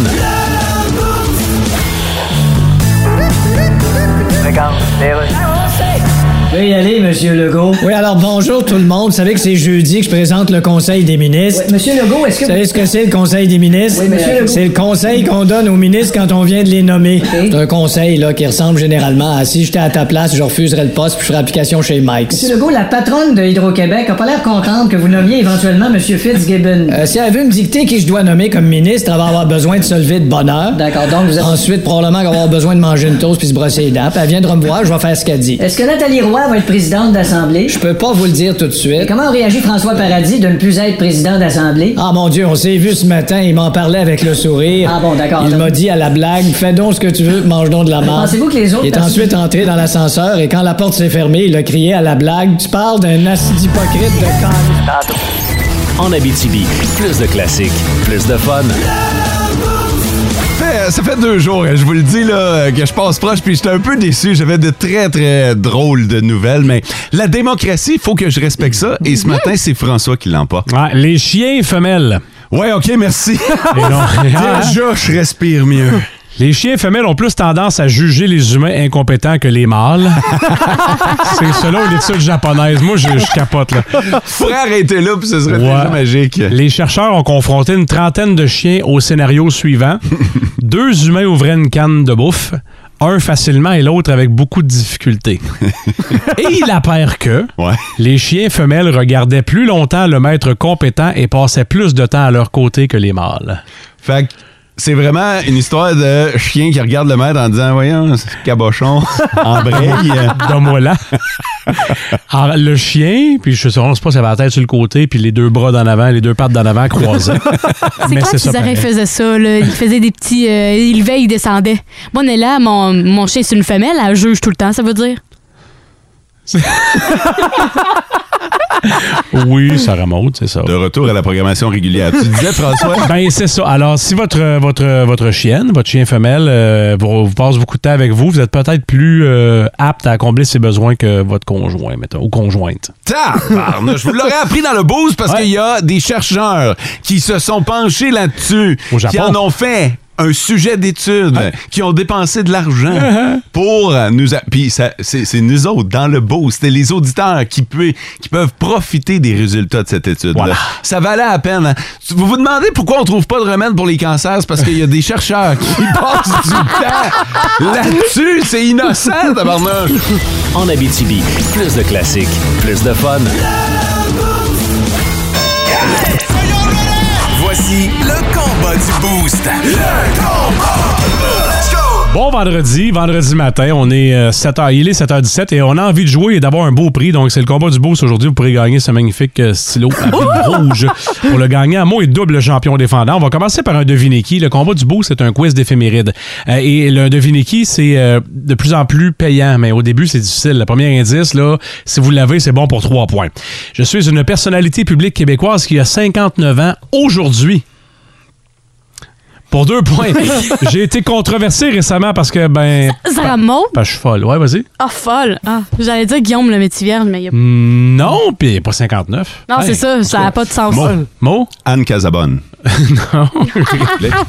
S9: Veuillez y aller, Monsieur Legault. Oui, alors bonjour tout le monde. Vous savez que c'est jeudi que je présente le Conseil des ministres. Monsieur Legault, est-ce que... Vous savez ce que c'est le Conseil des ministres? Oui, Monsieur Legault. C'est le conseil qu'on donne aux ministres quand on vient de les nommer. C'est un conseil là, qui ressemble généralement à si j'étais à ta place, je refuserais le poste puis je ferais application chez Mike. Monsieur Legault, la patronne de Hydro-Québec a pas l'air contente que vous nommiez éventuellement Monsieur Fitzgibbon. Euh, si elle veut me dicter qui je dois nommer comme ministre, elle va avoir besoin de se lever de bonne heure. D'accord, donc vous Ensuite, probablement qu'elle va avoir besoin de manger une toast puis se brosser les dents. Puis elle viendra me voir, je vais faire ce qu'elle dit. Est-ce que Nathalie Roy va être présidente d'Assemblée? Je peux pas vous le dire tout de suite. comment réagit François Paradis de ne plus être président d'Assemblée? Ah mon Dieu, on s'est vu ce matin, il m'en parlait avec le sourire. Ah bon, d'accord. Il m'a dit à la blague, fais donc ce que tu veux, mange donc de la marde. Pensez-vous que les autres... Il est ensuite entré dans l'ascenseur et quand la porte s'est fermée, il a crié à la blague, tu parles d'un acide hypocrite de con.
S2: En Abitibi, plus de classiques, plus de fun.
S3: Fait- ça fait deux jours, hein, je vous le dis, là, que je passe proche, puis j'étais un peu déçu. J'avais de très, très drôles de nouvelles, mais la démocratie, il faut que je respecte ça. Et ce matin, c'est François qui l'emporte.
S5: Mm-hmm. Ouais, les chiens et femelles.
S3: Ouais, OK, merci.
S5: Et non.
S3: Déjà, je respire mieux.
S5: Les chiens femelles ont plus tendance à juger les humains incompétents que les mâles. C'est selon une étude japonaise. Moi, je, je capote. Là.
S3: Faut arrêter là, puis ce serait
S5: Ouais.
S3: déjà magique.
S5: Les chercheurs ont confronté une trentaine de chiens au scénario suivant. Deux humains ouvraient une canne de bouffe, un facilement et l'autre avec beaucoup de difficultés. Et il apparaît que
S3: Ouais.
S5: les chiens femelles regardaient plus longtemps le maître compétent et passaient plus de temps à leur côté que les mâles.
S3: Fait que c'est vraiment une histoire de chien qui regarde le maître en disant Voyons, ce cabochon en euh, braille.
S5: Donne-moi là. Alors, le chien, puis je sais on sait pas si elle avait la tête sur le côté, puis les deux bras d'en avant, les deux pattes d'en avant croisées.
S6: C'est clair que
S5: ça,
S6: les oreilles
S5: pareil.
S6: faisaient ça. Là. Ils faisaient des petits. Euh, ils levaient, ils descendaient. Moi, on est là, mon, mon chien, c'est une femelle, elle juge tout le temps, ça veut dire.
S5: Oui, ça remonte, c'est ça.
S3: De retour à la programmation régulière. Tu disais, François
S5: Ben, c'est ça. Alors, si votre, votre, votre chienne, votre chien femelle, euh, vous, vous passe beaucoup de temps avec vous, vous êtes peut-être plus euh, apte à accomplir ses besoins que votre conjoint, mettons, ou conjointe.
S3: Tabarnouche, Je vous l'aurais appris dans le boost parce qu'il y a des chercheurs qui se sont penchés là-dessus,
S5: Au Japon.
S3: qui en ont fait un sujet d'étude, qui ont dépensé de l'argent
S5: Uh-huh.
S3: pour euh, nous... a- Puis ça- c'est c'est nous autres, dans le boost, c'est les auditeurs qui, peut- qui peuvent profiter des résultats de cette étude
S5: Voilà.
S3: Ça valait la peine. hein. Vous vous demandez pourquoi on trouve pas de remède pour les cancers? C'est parce qu'il y a des chercheurs qui passent du temps là-dessus. C'est innocent, tabarnouche.
S2: En Abitibi, plus de classiques, plus de fun.
S7: Voici le combat du Boost. Le combat! Let's go!
S5: Bon vendredi, vendredi matin, on est euh, 7h, il est 7h17 et on a envie de jouer et d'avoir un beau prix. Donc c'est le combat du boost aujourd'hui, vous pourrez gagner ce magnifique euh, stylo à fil rouge. Pour le gagner, à est double champion défendant. On va commencer par un devinez qui. Le combat du boost, c'est un quiz d'éphéméride. Euh, et le devinez qui, c'est euh, de plus en plus payant, mais au début c'est difficile. Le premier indice là, si vous l'avez, c'est bon pour 3 points. Je suis une personnalité publique québécoise qui a 59 ans aujourd'hui. Pour deux points. J'ai été controversé récemment parce que, ben.
S6: Sarah Maud?
S5: Parce que je suis folle. Ouais, vas-y.
S6: Ah, folle. Ah, j'allais dire Guillaume le métivier, mais il y a...
S5: Mm, Non, puis pas 59.
S6: Non, c'est ça, ça n'a pas de sens.
S5: Mo?
S3: Anne Casabonne.
S5: non.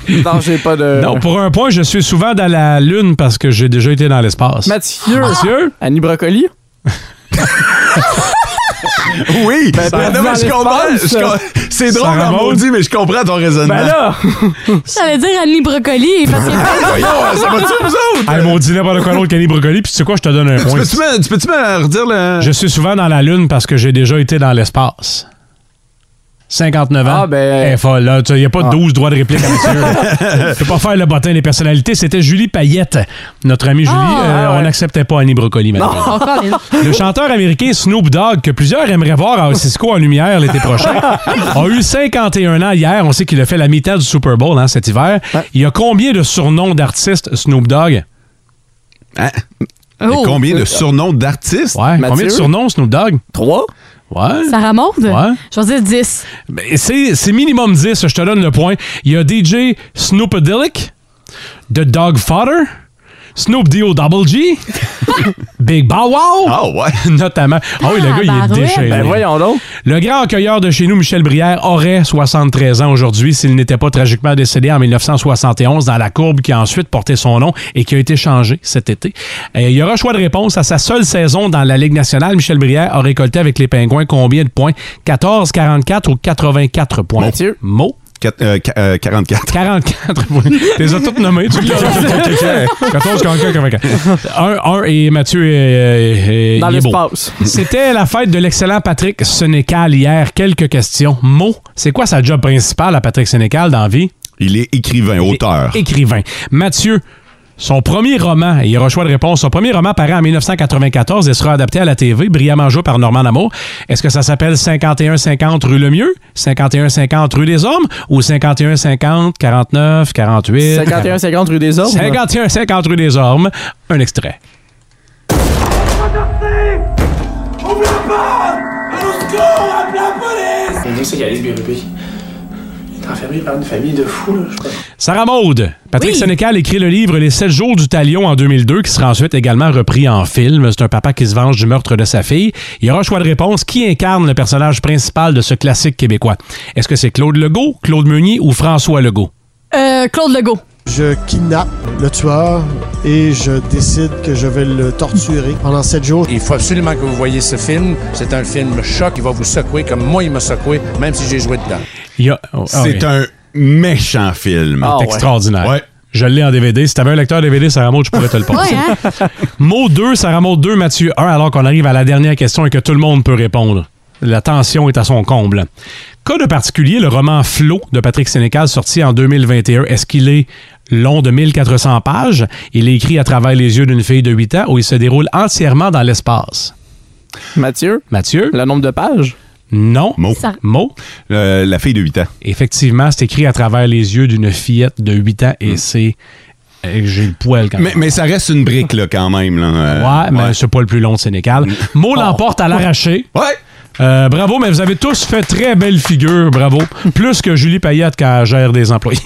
S4: non, j'ai pas de.
S5: Non, pour un point, je suis souvent dans la Lune parce que j'ai déjà été dans l'espace.
S4: Mathieu.
S5: Mathieu?
S4: Annie Brocoli.
S3: Oui,
S4: Ben,
S3: Ben,
S4: dans
S3: non, mais je
S4: l'espace,
S3: comprends. je com- C'est drôle
S5: Sarah
S3: en
S5: Maud.
S3: maudit, mais je comprends ton raisonnement.
S4: Ben là!
S6: J'allais dire Annie Brocoli, parce
S3: Voyons,
S6: que...
S3: ça va-tu, vous autres?
S5: Hey, mon dîner par le quoi d'autre qu'Annie Brocoli, puis tu sais quoi, je te donne un
S3: Tu
S5: point.
S3: peux-tu me, tu peux-tu me redire le.
S5: Je suis souvent dans la Lune parce que j'ai déjà été dans l'espace. 59 ans.
S4: Ah, ben-
S5: Elle est folle, là. Tu- Il n'y a pas de 12 droits de réplique à monsieur. Je peux pas faire le bottin des personnalités. C'était Julie Payette. Notre amie Julie,
S4: Ah,
S5: euh, on n'acceptait pas Annie Brocoli, maintenant.
S6: Encore les-
S5: Le chanteur américain Snoop Dogg, que plusieurs aimeraient voir à Cisco en lumière l'été prochain, a eu 51 ans hier. On sait qu'il a fait la mi-temps du Super Bowl hein, cet hiver. Il y a combien de surnoms d'artistes Snoop Dogg?
S3: Hein?
S6: Oh.
S3: Mais Combien de surnoms d'artistes?
S5: Ouais.
S4: Mathieu?
S5: Combien de surnoms Snoop Dogg?
S4: Trois?
S5: Ouais.
S6: Sarah Maud?
S5: Ouais.
S6: Je vais dire 10.
S5: Ben, c'est c'est minimum 10, je te donne le point. Il y a DJ Snoopadelic, The Dog Fodder, Snoop D.O. Double G, Big Bow Wow,
S3: Ah ouais.
S5: notamment. Ah oui, le gars, il est
S6: Tabarouette.
S5: déchiré.
S4: Ben voyons donc.
S5: Le grand accueilleur de chez nous, Michel Brière, aurait 73 ans aujourd'hui s'il n'était pas tragiquement décédé en 1971 dans la courbe qui a ensuite porté son nom et qui a été changée cet été. Et il y aura choix de réponse. À sa seule saison dans la Ligue nationale, Michel Brière a récolté avec les Pingouins combien de points? 14, 44 ou 84 points?
S4: Mathieu.
S5: Mot.
S3: Quatre- euh, qu- euh, 44.
S5: 44 points. T'es as toutes nommées. Tu l'as. 14, 44, 44. 1, 1 et Mathieu est, est-
S4: Dans
S5: il est beau.
S4: l'espace.
S5: C'était la fête de l'excellent Patrick Sénécal hier. Quelques questions. Mo, c'est quoi sa job principale à Patrick Sénécal dans la vie?
S3: Il est écrivain, auteur.
S5: Écrivain. Mathieu, son premier roman, et il y aura choix de réponse, son premier roman paraît en 1994 et sera adapté à la TV, brillamment joué par Norman Amour. Est-ce que ça s'appelle 51-50 rue Lemieux, 51-50 rue des Hommes ou 51-50, 49, 48?
S4: 51-50 rue des Ordres.
S5: 51-50 rue des Ormes. Un extrait. Sarah Maude, Patrick
S6: Oui.
S5: Sénécal écrit le livre Les 7 jours du talion en 2002, qui sera ensuite également repris en film. C'est un papa qui se venge du meurtre de sa fille. Il y aura un choix de réponse. Qui incarne le personnage principal de ce classique québécois? Est-ce que c'est Claude Legault, Claude Meunier ou François Legault?
S6: Euh, Claude Legault.
S11: Je kidnappe le tueur et je décide que je vais le torturer pendant sept jours.
S7: Il faut absolument que vous voyez ce film. C'est un film choc qui va vous secouer comme moi, il m'a secoué, même si j'ai joué dedans.
S5: Il y a- oh, ah oui.
S3: C'est un méchant film.
S4: Ah ouais.
S5: extraordinaire.
S3: Ouais.
S5: Je l'ai en DVD. Si t'avais un lecteur DVD, Sarah Maud, je pourrais te le passer.
S6: Ouais, hein?
S5: Mot 2, Sarah Maud 2, Mathieu 1, alors qu'on arrive à la dernière question et que tout le monde peut répondre. La tension est à son comble. Cas de particulier, le roman Flo de Patrick Sénécal, sorti en 2021, est-ce qu'il est long de 1400 pages? Il est écrit à travers les yeux d'une fille de 8 ans ou il se déroule entièrement dans l'espace?
S4: Mathieu,
S5: Mathieu?
S4: le nombre de pages?
S5: Non.
S3: Mo.
S6: Sarah-
S5: Mot.
S3: Euh, la fille de 8 ans.
S5: Effectivement, c'est écrit à travers les yeux d'une fillette de 8 ans et c'est. euh, J'ai le poil quand même.
S3: Mm. Mais, mais ça reste une brique, là, quand même. Là. Euh,
S5: Ouais, mais c'est pas le plus long de Sénégal. Mo l'emporte à l'arraché.
S3: Mm. Oh. Ouais.
S5: Euh, bravo, mais vous avez tous fait très belle figure, bravo. Plus que Julie Payette quand elle gère des employés.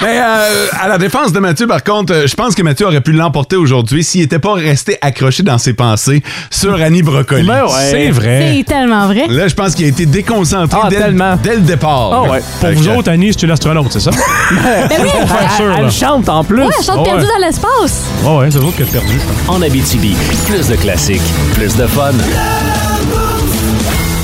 S3: Mais euh, à la défense de Mathieu, par contre, euh, je pense que Mathieu aurait pu l'emporter aujourd'hui s'il n'était pas resté accroché dans ses pensées sur Annie Brocoli.
S4: Ben ouais.
S5: C'est vrai.
S6: C'est tellement vrai.
S3: Là, je pense qu'il a été déconcentré
S4: Ah,
S3: dès,
S4: tellement.
S3: dès le départ.
S4: Ah ouais.
S5: Pour
S3: Fait
S5: vous
S3: que-
S5: autres, Annie, c'est une astronaute, c'est ça?
S6: Ben oui!
S5: Pour faire sûr,
S4: Elle
S5: là.
S4: chante en plus.
S6: Ouais, je chante
S5: Ouais.
S6: perdu dans l'espace!
S5: Ouais, ouais, c'est vous autres qui êtes perdus.
S2: En Abitibi, plus de classiques, plus de fun.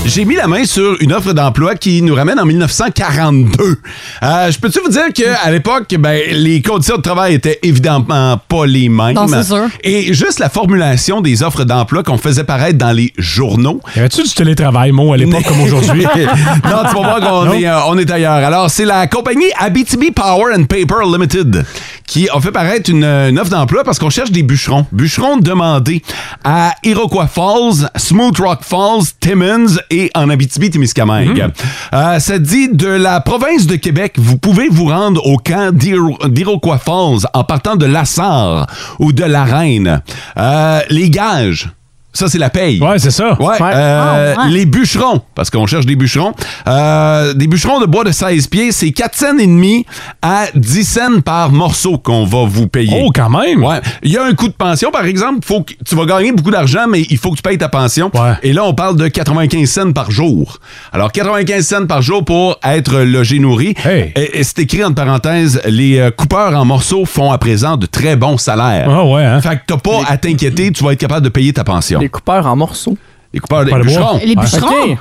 S3: J'ai mis la main sur une offre d'emploi qui nous ramène en 1942. Euh, je peux-tu vous dire qu'à l'époque, ben, les conditions de travail étaient évidemment pas les mêmes.
S6: Non, c'est sûr.
S3: Et juste la formulation des offres d'emploi qu'on faisait paraître dans les journaux.
S5: Y avait-tu du télétravail, Mo, à l'époque comme aujourd'hui?
S3: non, tu vas voir qu'on
S5: Non?
S3: est, euh, on est ailleurs. Alors, c'est la compagnie Abitibi Power and Paper Limited qui ont fait paraître une, euh, une offre d'emploi parce qu'on cherche des bûcherons. Bûcherons demandés à Iroquois Falls, Smooth Rock Falls, Timmins et en Abitibi-Témiscamingue.
S5: Mhm.
S3: Euh, ça dit de la province de Québec, vous pouvez vous rendre au camp d'Iro- d'Iroquois Falls en partant de Lassar ou de la Reine. Euh, les gages. Ça, c'est la paye. Ouais,
S5: c'est ça.
S3: Ouais. euh,
S5: Ah, ouais.
S3: Les bûcherons, parce qu'on cherche des bûcherons. Euh, des bûcherons de bois de 16 pieds, c'est 4 cents et demi à 10 cents par morceau qu'on va vous payer.
S5: Oh, quand même!
S3: Ouais. Il y a un coût de pension, par exemple. Faut que, tu vas gagner beaucoup d'argent, mais il faut que tu payes ta pension. Et là, on parle de 95 cents par jour. Alors, 95 cents par jour pour être logé, nourri. Et, et c'est écrit entre parenthèses, les euh, coupeurs en morceaux font à présent de très bons salaires.
S5: Ah ouais, hein?
S3: Fait que t'as pas à t'inquiéter, tu vas être capable de payer ta pension. Les
S4: coupeurs en morceaux.
S3: Les coupeurs, les
S5: Coupeurs de bois.
S3: bûcherons.
S5: Les bûcherons?
S4: Ok.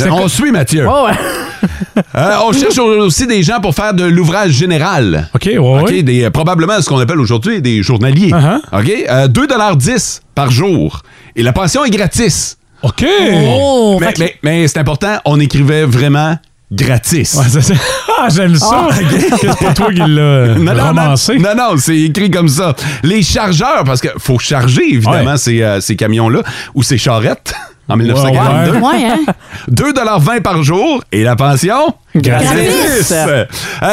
S3: Euh, On suit, Mathieu.
S4: Ouais, ouais.
S3: Euh, on cherche aussi des gens pour faire de l'ouvrage général.
S5: Mm-hmm. OK, ouais, Uh-huh.
S3: OK, des, euh, probablement ce qu'on appelle aujourd'hui des journaliers. OK? Euh, 2,10 par jour. Et la pension est gratis.
S5: OK!
S6: Oh,
S3: mais
S6: fait que-
S3: mais- mais c'est important, on écrivait vraiment gratis.
S5: Ah, j'aime ça!
S3: Ah.
S5: C'est pas toi qui l'as
S3: Non, non, non,
S5: romancé.
S3: non, non, c'est écrit comme ça. Les chargeurs, parce qu'il faut charger, évidemment, ces, euh, ces camions-là, ou ces charrettes, en 1942.
S6: Ouais, hein?
S3: 2,20 par jour et la pension
S5: Gratis.
S3: gratis. Euh,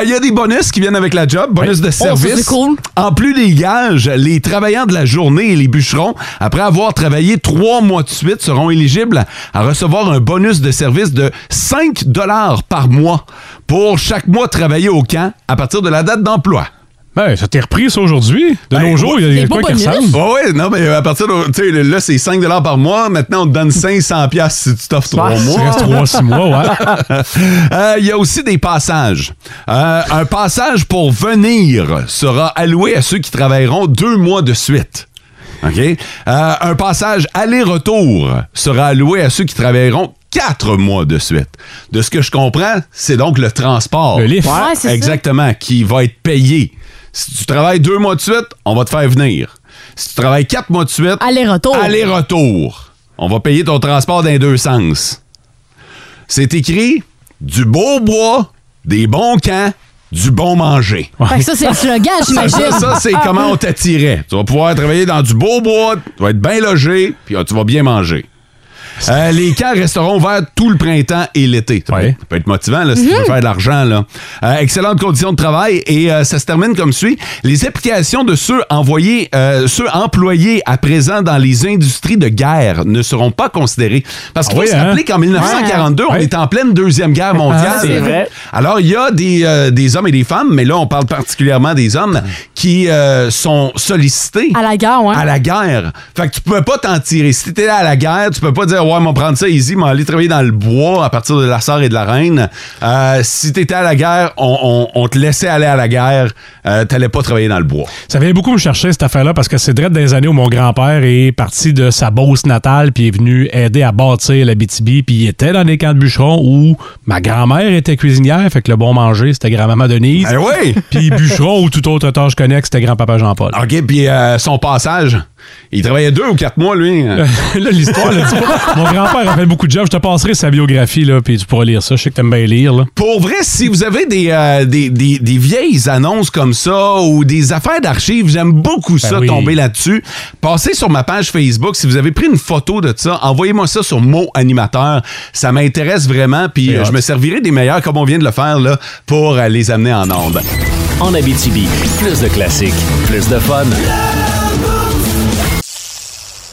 S3: Il y a des bonus qui viennent avec la job, bonus de
S6: Oh, ça,
S3: service.
S6: c'est cool.
S3: En plus des gages, les travailleurs de la journée et les bûcherons, après avoir travaillé trois mois de suite, seront éligibles à recevoir un bonus de service de 5 dollars par mois pour chaque mois travaillé au camp à partir de la date d'emploi. Ben,
S5: Ben, ça t'est repris, ça, aujourd'hui. De nos jours, il y a- il y a quoi qui ressemble.
S3: Ouais, ouais, non, mais euh, à partir de. Tu sais, là, c'est 5 par mois. Maintenant, on te donne 500 si tu t'offres 3
S5: Ouais,
S3: mois.
S5: ça reste trois, six mois, ouais.
S3: Euh, Il y a aussi des passages. Euh, un passage pour venir sera alloué à ceux qui travailleront deux mois de suite. OK? Euh, un passage aller-retour sera alloué à ceux qui travailleront quatre mois de suite. De ce que je comprends, c'est donc le transport.
S5: Le lift. Ouais, c'est ça.
S3: Exactement, qui va être payé. Si tu travailles deux mois de suite, on va te faire venir. Si tu travailles quatre mois de suite,
S6: Aller-retour.
S3: aller-retour. On va payer ton transport dans les deux sens. C'est écrit du beau bois, des bons camps, du bon manger.
S6: Fait que ça, c'est le slogan, j'imagine.
S3: Ça, ça, c'est comment on t'attirait. Tu vas pouvoir travailler dans du beau bois, tu vas être bien logé, puis ah, tu vas bien manger. Euh, les camps resteront ouverts tout le printemps et l'été. Ça, peut- ça peut être motivant là, si
S6: Mhm.
S3: tu veux faire de l'argent. là. Euh, excellentes conditions de travail et euh, ça se termine comme suit. Les applications de ceux envoyés, euh, ceux employés à présent dans les industries de guerre ne seront pas considérées. Parce qu'il
S5: Ah
S3: faut
S5: oui,
S3: se
S5: hein?
S3: rappeler qu'en 1942, on
S5: Ouais.
S3: était en pleine Deuxième Guerre mondiale.
S5: Ah, c'est vrai.
S3: Alors, il y a des, euh, des hommes et des femmes, mais là, on parle particulièrement des hommes qui euh, sont sollicités
S6: À la guerre, ouais.
S3: à la guerre. Fait que tu pouvais pas t'en tirer. Si t'étais à la guerre, tu peux pas dire Ouais, m'en prendre ça easy, m'en aller travailler dans le bois à partir de la sœur et de la reine. Euh, si t'étais à la guerre, on, on- on te laissait aller à la guerre, euh, t'allais pas travailler dans le bois.
S5: Ça venait beaucoup me chercher, cette affaire-là, parce que c'est direct des années où mon grand-père est parti de sa Beauce natale, puis est venu aider à bâtir la BTB, puis il était dans des camps de bûcherons où ma grand-mère était cuisinière, fait que le bon manger, c'était grand-maman Denise.
S3: Eh oui!
S5: Puis bûcheron ou toute autre tâche connexe, c'était grand-papa Jean-Paul.
S3: OK, puis euh, son passage, il travaillait deux ou quatre mois, lui.
S5: là, Euh, l'histoire, là, dis pas- Mon grand-père a fait beaucoup de jobs. Je te passerai sa biographie, là, puis tu pourras lire ça. Je sais que t'aimes bien lire, là.
S3: Pour vrai, si vous avez des, euh, des, des- des vieilles annonces comme ça ou des affaires d'archives, j'aime beaucoup ça,
S5: oui.
S3: tomber là-dessus. Passez sur ma page Facebook. Si vous avez pris une photo de ça, envoyez-moi ça sur Mot Animateur. Ça m'intéresse vraiment, puis euh, je me servirai des meilleurs, comme on vient de le faire, là, pour euh, les amener en onde.
S2: En Abitibi, plus de classiques, plus de fun.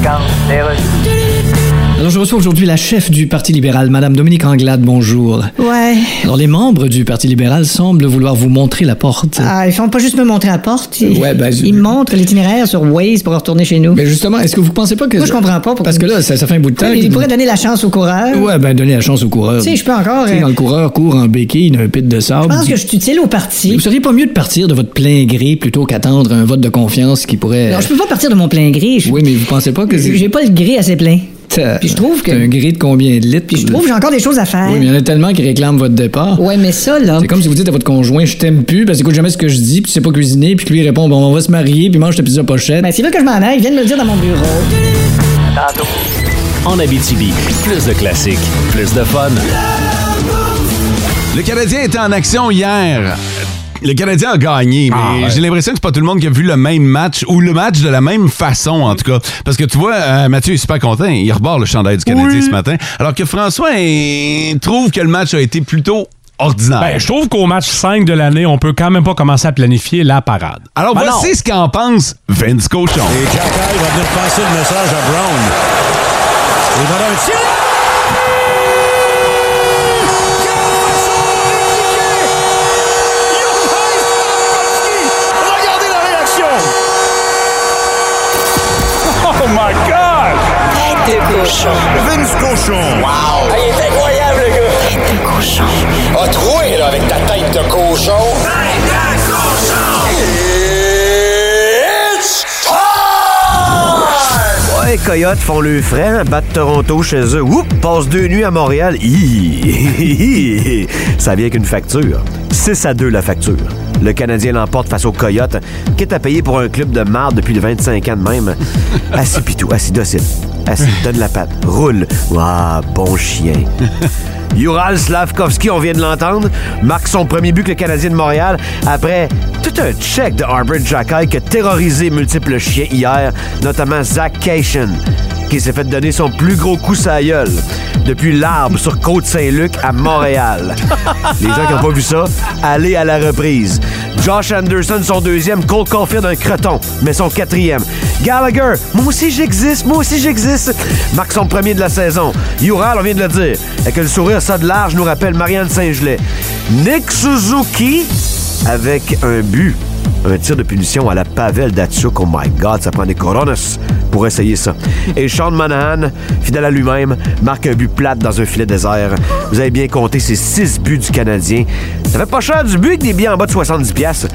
S9: Alors, je reçois aujourd'hui la chef du Parti libéral, Madame Dominique Anglade. Bonjour.
S12: Ouais.
S9: Alors, les membres du Parti libéral semblent vouloir vous montrer la porte.
S12: Ah, ils font pas juste me montrer la porte. Ils,
S9: Ouais, ben, je-
S12: ils montrent l'itinéraire sur Waze pour retourner chez nous.
S9: Mais justement, est-ce que vous pensez pas que.
S12: Moi, je comprends pas.
S9: Parce que là, ça, ça fait un bout de temps.
S12: Ouais, mais ils
S9: que-
S12: pourraient donner la chance au coureur.
S9: Ouais, ben, donner la chance au coureur.
S12: Tu sais, je peux encore,
S9: Tu sais,
S12: euh,
S9: Quand le coureur court en béquille d'un pit de
S12: Je
S9: sable.
S12: pense que je suis utile au parti.
S9: Vous seriez pas mieux de partir de votre plein gré plutôt qu'attendre un vote de confiance qui pourrait.
S12: Non, je peux pas partir de mon plein gré. Je-
S9: Oui, mais vous pensez pas que. c'est-
S12: J'ai pas le gré assez plein.
S9: T'as-
S12: Puis je trouve que.
S9: t'as un gré de combien de litres? Puis
S12: Je trouve que j'ai encore des choses à faire.
S9: Oui, mais il y en a tellement qui réclament votre départ.
S12: Ouais, mais ça, là.
S9: C'est comme si vous dites à votre conjoint, je t'aime plus, parce que écoute jamais ce que je dis, puis tu sais pas cuisiner, puis que lui il répond, bon, on va se marier, puis mange ta pizza pochette.
S12: Ben, s'il veut que je m'en aille, viens de me le dire dans mon bureau.
S2: En Abitibi, plus de classiques, plus de fun.
S3: Le Canadien était en action hier. Le Canadien a gagné, mais
S5: Ah,
S3: j'ai l'impression que c'est pas tout le monde qui a vu le même match ou le match de la même façon, en tout cas. Parce que tu vois, euh, Mathieu est super content. Il rebarre le chandail du Canadien ce matin. Alors que François euh, trouve que le match a été plutôt ordinaire.
S5: Ben, je trouve qu'au match 5 de l'année, on peut quand même pas commencer à planifier la parade.
S3: Alors
S5: Ben
S3: voici
S5: non.
S3: ce qu'en pense Vince Cochon.
S5: Et
S13: Jack Hyde va venir passer le message à Brown. Il va donner un tir.
S10: Regardez la réaction!
S13: Oh my God! Tête de cochon. Vince cochon. Wow! Ah, il est incroyable, le gars! Tête de cochon. A troué, là, avec ta tête de cochon. Tête de cochon! It's
S14: Ouais, Coyotes font le frein, battent Toronto chez eux. Oups, passe deux nuits à Montréal. Hi! Ça vient qu'une facture. 6 à 2 la facture. Le Canadien l'emporte face aux Coyotes, quitte à payer pour un club de marde depuis le 25 ans de même. Assis pitou, assis docile. Assis, donne la patte, roule. Ah, bon chien. Ural Slavkovski, on vient de l'entendre, marque son premier but que le Canadien de Montréal après tout un check de Arbor Jackal qui a terrorisé multiples chiens hier, notamment Zach Cation, qui s'est fait donner son plus gros coup sa gueule depuis l'arbre sur Côte-Saint-Luc à Montréal. Les gens qui n'ont pas vu ça, allez à la reprise. Josh Anderson, son deuxième. Cole Caulfield, un creton, mais son quatrième. Gallagher, moi aussi j'existe, moi aussi j'existe. Marque son premier de la saison. Ural, on vient de le dire. Et que le sourire, ça de large, nous rappelle Marianne Saint-Gelais. Nick Suzuki, avec un but. Un tir de punition à la Pavel Datsuk. Oh my God, ça prend des coronas pour essayer ça. Et Sean Monahan, fidèle à lui-même, marque un but plate dans un filet désert. Vous avez bien compté ces six buts du Canadien. Ça fait pas cher du but avec des billets en bas de 70$. piastres.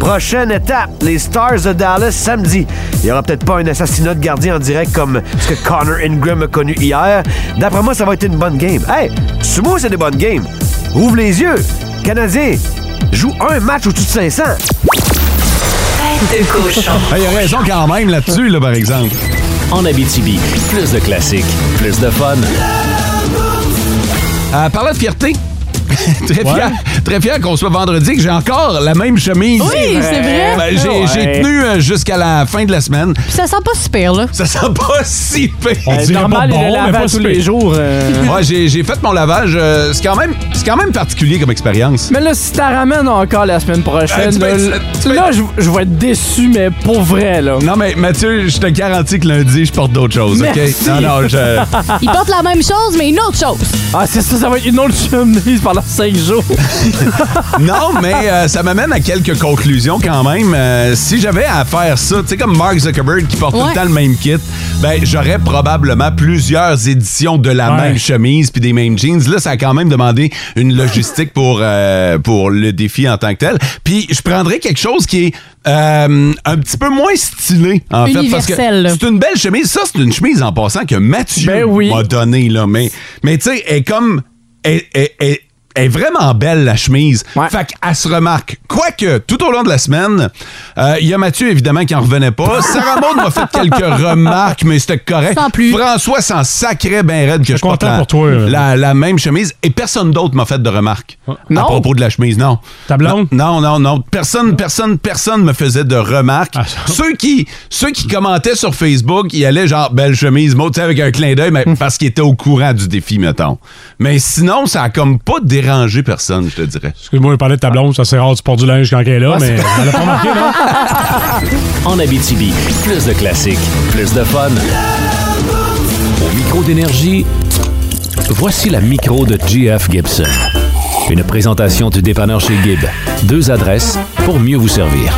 S14: Prochaine étape, les Stars de Dallas samedi. Il y aura peut-être pas un assassinat de gardien en direct comme ce que Connor Ingram a connu hier. D'après moi, ça va être une bonne game. Hey, sumo, c'est des bonnes games. Ouvre les yeux. Canadien, joue un match au-dessus de 500.
S10: Tête de cochon.
S3: Ah, Il a raison quand même là-dessus, là, par exemple.
S2: En Abitibi, plus de classiques, plus de fun.
S3: Euh, parlant de fierté, très fier, très fier qu'on soit vendredi, que j'ai encore la même chemise.
S6: Oui, c'est vrai.
S3: Ben, j'ai,
S6: Ouais.
S3: j'ai tenu euh, jusqu'à la fin de la semaine.
S6: Puis ça sent pas super, là.
S3: Ça sent pas si pire.
S4: On Euh, dirait normal, pas il bon, le lave mais pas à tous si les pire. jours, euh.
S3: Ouais, j'ai, j'ai fait mon lavage. euh, c'est, quand même, c'est quand même particulier comme expérience.
S4: Mais là, si t'as ramènes encore la semaine
S3: Euh,
S4: prochaine,
S3: tu peux
S4: là,
S3: être-
S4: là, je je vais être déçu, mais pour vrai, là.
S3: Non, mais Mathieu, je te garantis que lundi, je porte d'autres choses,
S4: Merci.
S3: OK? Non, non, je...
S6: Ils portent la même chose, mais une autre chose.
S4: Ah, c'est ça, ça va être une autre chemise pendant 5 jours.
S3: non, mais euh, ça m'amène à quelques conclusions quand même. Euh, si j'avais à faire ça, tu sais, comme Mark Zuckerberg qui porte tout
S10: Ouais.
S3: le temps le même kit, ben j'aurais probablement plusieurs éditions de la
S10: Ouais.
S3: même chemise puis des mêmes jeans. Là, ça a quand même demandé une logistique pour, euh, pour le défi en tant que tel. Puis je prendrais quelque chose qui est euh, un petit peu moins stylé, en fait. Parce que
S10: Universel, là. Ben
S3: c'est une belle chemise. Ça, c'est une chemise en passant que Mathieu m'a donnée, là. Mais, mais tu sais, elle est comme. Elle, elle- elle- elle est vraiment belle, la chemise. Fait qu'elle se remarque. Quoique, tout au long de la semaine, euh, il y a Mathieu, évidemment, qui en revenait pas. Oh, Sarah Maud m'a fait quelques remarques, mais c'était correct.
S10: Sans plus.
S3: François s'en sacrait bien raide que je porte la,
S5: pour toi, euh. là.
S3: la- la même chemise. Et personne d'autre m'a fait de remarques à propos de la chemise, non.
S5: Ah. Ta blonde?
S3: Non, non, non. Personne, personne, personne me faisait de remarques.
S5: Ah,
S3: ceux, qui, ceux qui commentaient sur Facebook, ils allaient genre belle chemise, mot, tu sais, avec un clin d'œil, mais parce qu'ils étaient au courant du défi, mettons. Mais sinon, ça a comme pas dérangé personne, je te dirais.
S5: Excuse-moi, je parlais de ta blonde, ça c'est rare, tu portes du linge quand elle est là, mais elle a pas remarqué, non?
S2: En Abitibi, plus de classiques, plus de fun. Au micro d'énergie, voici la micro de GF Gibson. Une présentation du dépanneur chez Gibb. Deux adresses pour mieux vous servir.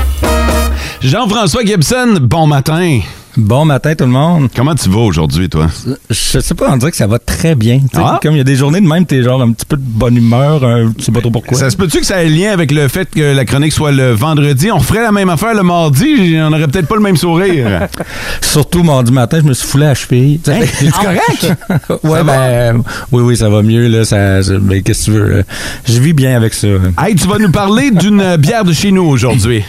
S3: Jean-François Gibson, bon matin.
S15: Bon matin tout le monde.
S3: Comment tu vas aujourd'hui, toi?
S15: Je sais pas, on dirait que ça va très bien. Tu sais,
S3: Ah.
S15: Comme il y a des journées de même, t'es genre un petit peu de bonne humeur, euh, tu sais pas trop pourquoi.
S3: Ça se peut-tu que ça ait lien avec le fait que la chronique soit le vendredi? On ferait la même affaire le mardi, on aurait peut-être pas le même sourire. Hein?
S15: Surtout mardi matin, je me suis foulé à la cheville. Tu sais,
S3: C'est correct?
S15: Ah ouais, ben, euh, oui, oui, ça va mieux, là. Ça, ça- ben, qu'est-ce que tu veux? euh, Je vis bien avec ça.
S3: Hey, tu vas nous parler d'une euh, bière de chez nous aujourd'hui.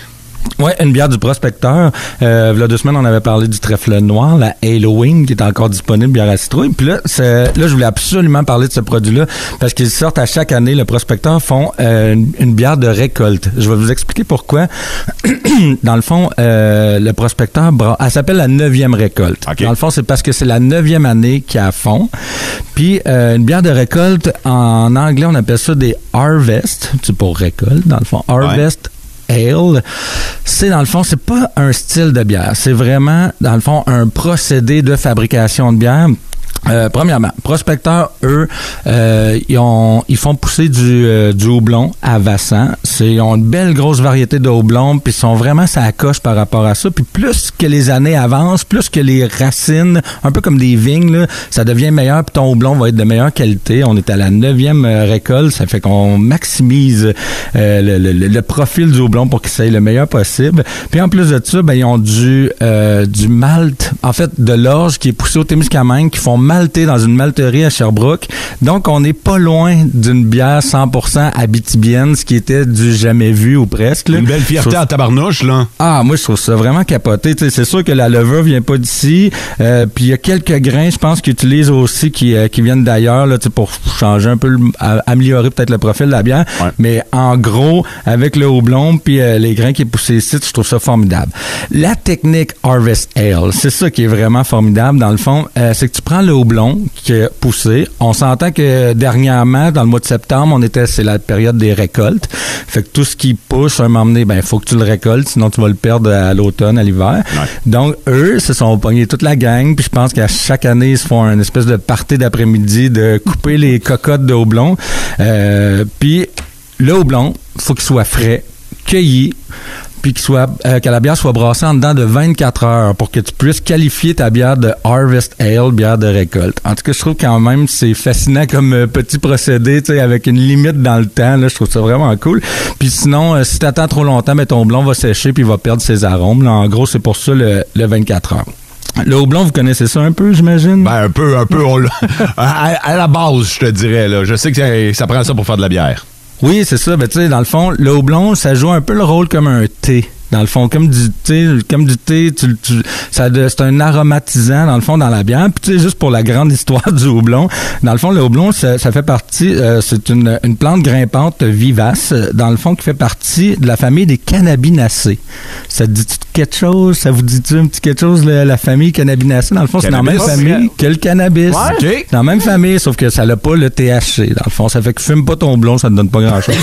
S15: Ouais, une bière du prospecteur. Euh, il y a deux semaines, on avait parlé du trèfle noir, la Halloween, qui est encore disponible, bière à citrouille. Puis là, c'est- là, je voulais absolument parler de ce produit-là, parce qu'ils sortent à chaque année, le prospecteur font euh, une, une bière de récolte. Je vais vous expliquer pourquoi. Dans le fond, euh, le prospecteur, bra- elle s'appelle la neuvième récolte. Dans le fond, c'est parce que c'est la neuvième année qui a fond. Puis, euh, une bière de récolte, en anglais, on appelle ça des harvest. C'est pour récolte, dans le fond. Harvest. Ale, c'est dans le fond, c'est pas un style de bière, c'est vraiment dans le fond un procédé de fabrication de bière. Euh, premièrement, prospecteurs, eux, euh, ils, ont- ils font pousser du, euh, du houblon à Vassan. C'est- Ils ont une belle grosse variété de houblon, puis ils sont vraiment ça coche par rapport à ça. Puis plus que les années avancent, plus que les racines, un peu comme des vignes, là, ça devient meilleur, puis ton houblon va être de meilleure qualité. On est à la neuvième euh, récolte, ça fait qu'on maximise euh, le, le- le- le profil du houblon pour qu'il soit le meilleur possible. Puis en plus de ça, ben, ils ont du, euh, du malt, en fait, de l'orge qui est poussé au Témiscamingue, qui font malter dans une malterie à Sherbrooke. Donc, on n'est pas loin d'une bière 100% habitibienne, ce qui était du jamais vu ou presque. Une
S3: belle fierté à tabarnouche, là.
S15: Ah, moi, je trouve ça vraiment capoté. Tu sais, C'est sûr que la levure vient pas d'ici. Euh, Puis il y a quelques grains, je pense, qu'ils utilisent aussi qui, euh, qui viennent d'ailleurs là, tu sais, pour changer un peu, le- a- améliorer peut-être le profil de la bière. Mais en gros, avec le houblon puis euh, les grains qui est poussé ici, je trouve ça formidable. La technique Harvest Ale, c'est ça qui est vraiment formidable dans le fond. Euh, c'est que tu prends le houblon qui est poussé. On s'entend que dernièrement, dans le mois de septembre, on était, c'est la période des récoltes. Fait que tout ce qui pousse, à un moment donné, ben, faut que tu le récoltes, sinon tu vas le perdre à l'automne, à l'hiver. Donc, eux, se sont pognés toute la gang, puis je pense qu'à chaque année, ils se font une espèce de party d'après-midi de couper les cocottes de houblon. Euh, puis, le houblon, faut qu'il soit frais, cueilli, puis qu'il soit, euh, que la bière soit brassée en dedans de 24 heures pour que tu puisses qualifier ta bière de Harvest Ale, bière de récolte. En tout cas, je trouve quand même c'est fascinant comme euh, petit procédé, tu sais, avec une limite dans le temps. Là, je trouve ça vraiment cool. Puis sinon, euh, si tu attends trop longtemps, ben, ton blond va sécher puis il va perdre ses arômes. Là, en gros, c'est pour ça le, le 24 heures. Le houblon, vous connaissez ça un peu, j'imagine?
S3: Ben, un peu, un peu. On l'a- à, à la base, je te dirais. Là. Je sais que ça, ça prend ça pour faire de la bière.
S15: Oui, c'est ça. Ben, tu sais, dans le fond, le houblon, ça joue un peu le rôle comme un thé. Dans le fond, comme du thé, comme du thé, tu, tu- ça, de- c'est un aromatisant dans le fond dans la bière. Puis tu sais, juste pour la grande histoire du houblon, dans le fond, le houblon, ça, ça fait partie, euh, c'est une, une plante grimpante vivace, euh, dans le fond, qui fait partie de la famille des cannabinacées. Ça te dit-tu quelque chose? Ça vous dit-tu un petit quelque chose, le- la famille cannabinacée? Dans le fond, c'est dans la même
S14: Cannabis.
S15: famille que le cannabis.
S14: Ouais.
S15: Dans la même famille, sauf que ça n'a pas le THC, dans le fond. Ça fait que fume pas ton blond, ça te donne pas grand-chose.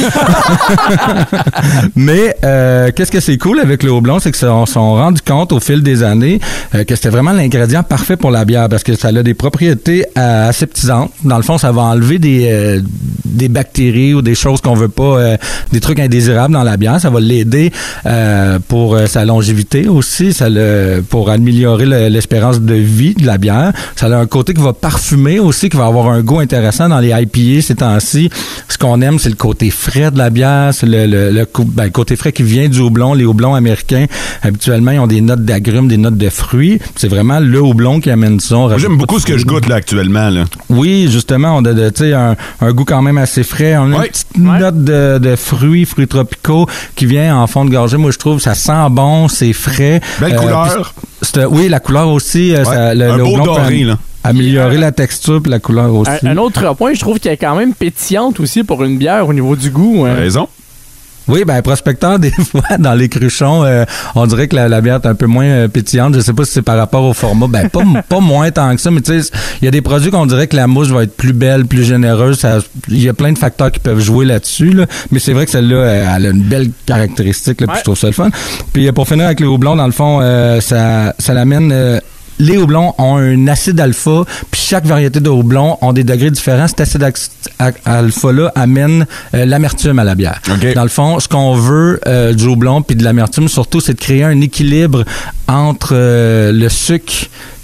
S15: Mais euh, qu'est-ce que c'est cool avec le houblon, c'est que ça- on s'en rendu compte au fil des années euh, que c'était vraiment l'ingrédient parfait pour la bière parce que ça a des propriétés euh, aseptisantes. Dans le fond, ça va enlever des euh, des bactéries ou des choses qu'on veut pas, euh, des trucs indésirables dans la bière. Ça va l'aider euh, pour euh, sa longévité aussi, ça le pour améliorer le- l'espérance de vie de la bière. Ça a un côté qui va parfumer aussi, qui va avoir un goût intéressant dans les IPA ces temps-ci. Ce qu'on aime, c'est le côté frais de la bière, c'est le, le- le cou- ben, le côté frais qui vient du houblon. Les houblons américains, habituellement, ils ont des notes d'agrumes, des notes de fruits. C'est vraiment le houblon qui amène ça. On rajoute
S3: J'aime
S15: pas
S3: beaucoup
S15: de
S3: ce que je
S15: fruits.
S3: goûte là actuellement.
S15: Euh,
S3: Là.
S15: Oui, justement, on a de- tu sais, un, un goût quand même assez frais. On a une petite note de, de fruits, fruits tropicaux qui vient en fond de gorgée. Moi, je trouve ça sent bon, c'est frais. Euh,
S3: Belle couleur.
S15: puis c'est- c'est- oui, la couleur aussi. euh,
S3: Ouais,
S15: ça- le,
S3: un
S15: le
S3: beau
S15: houblon peut
S3: doré,
S15: am-
S3: là.
S15: Améliorer la texture puis la couleur aussi.
S4: Un, un autre point, je trouve qu'elle est quand même pétillante aussi pour une bière au niveau du goût. hein.
S3: Raison.
S15: Oui, ben prospecteur, des fois, dans les cruchons, euh, on dirait que la, la bière est un peu moins euh, pétillante. Je sais pas si c'est par rapport au format. Ben, pas, pas moins tant que ça, mais tu sais, il y a des produits qu'on dirait que la mousse va être plus belle, plus généreuse. Ça- Il y a plein de facteurs qui peuvent jouer là-dessus, là. Mais c'est vrai que celle-là, euh, elle a une belle caractéristique, là, puis je trouve ça le fun. Puis euh, pour finir avec le houblon, dans le fond, euh, ça, ça l'amène... euh, les houblons ont un acide alpha, puis chaque variété de houblon ont des degrés différents. Cet acide ax- a- alpha-là amène euh, l'amertume à la bière. Dans le fond, ce qu'on veut euh, du houblon puis de l'amertume, surtout, c'est de créer un équilibre entre euh, le sucre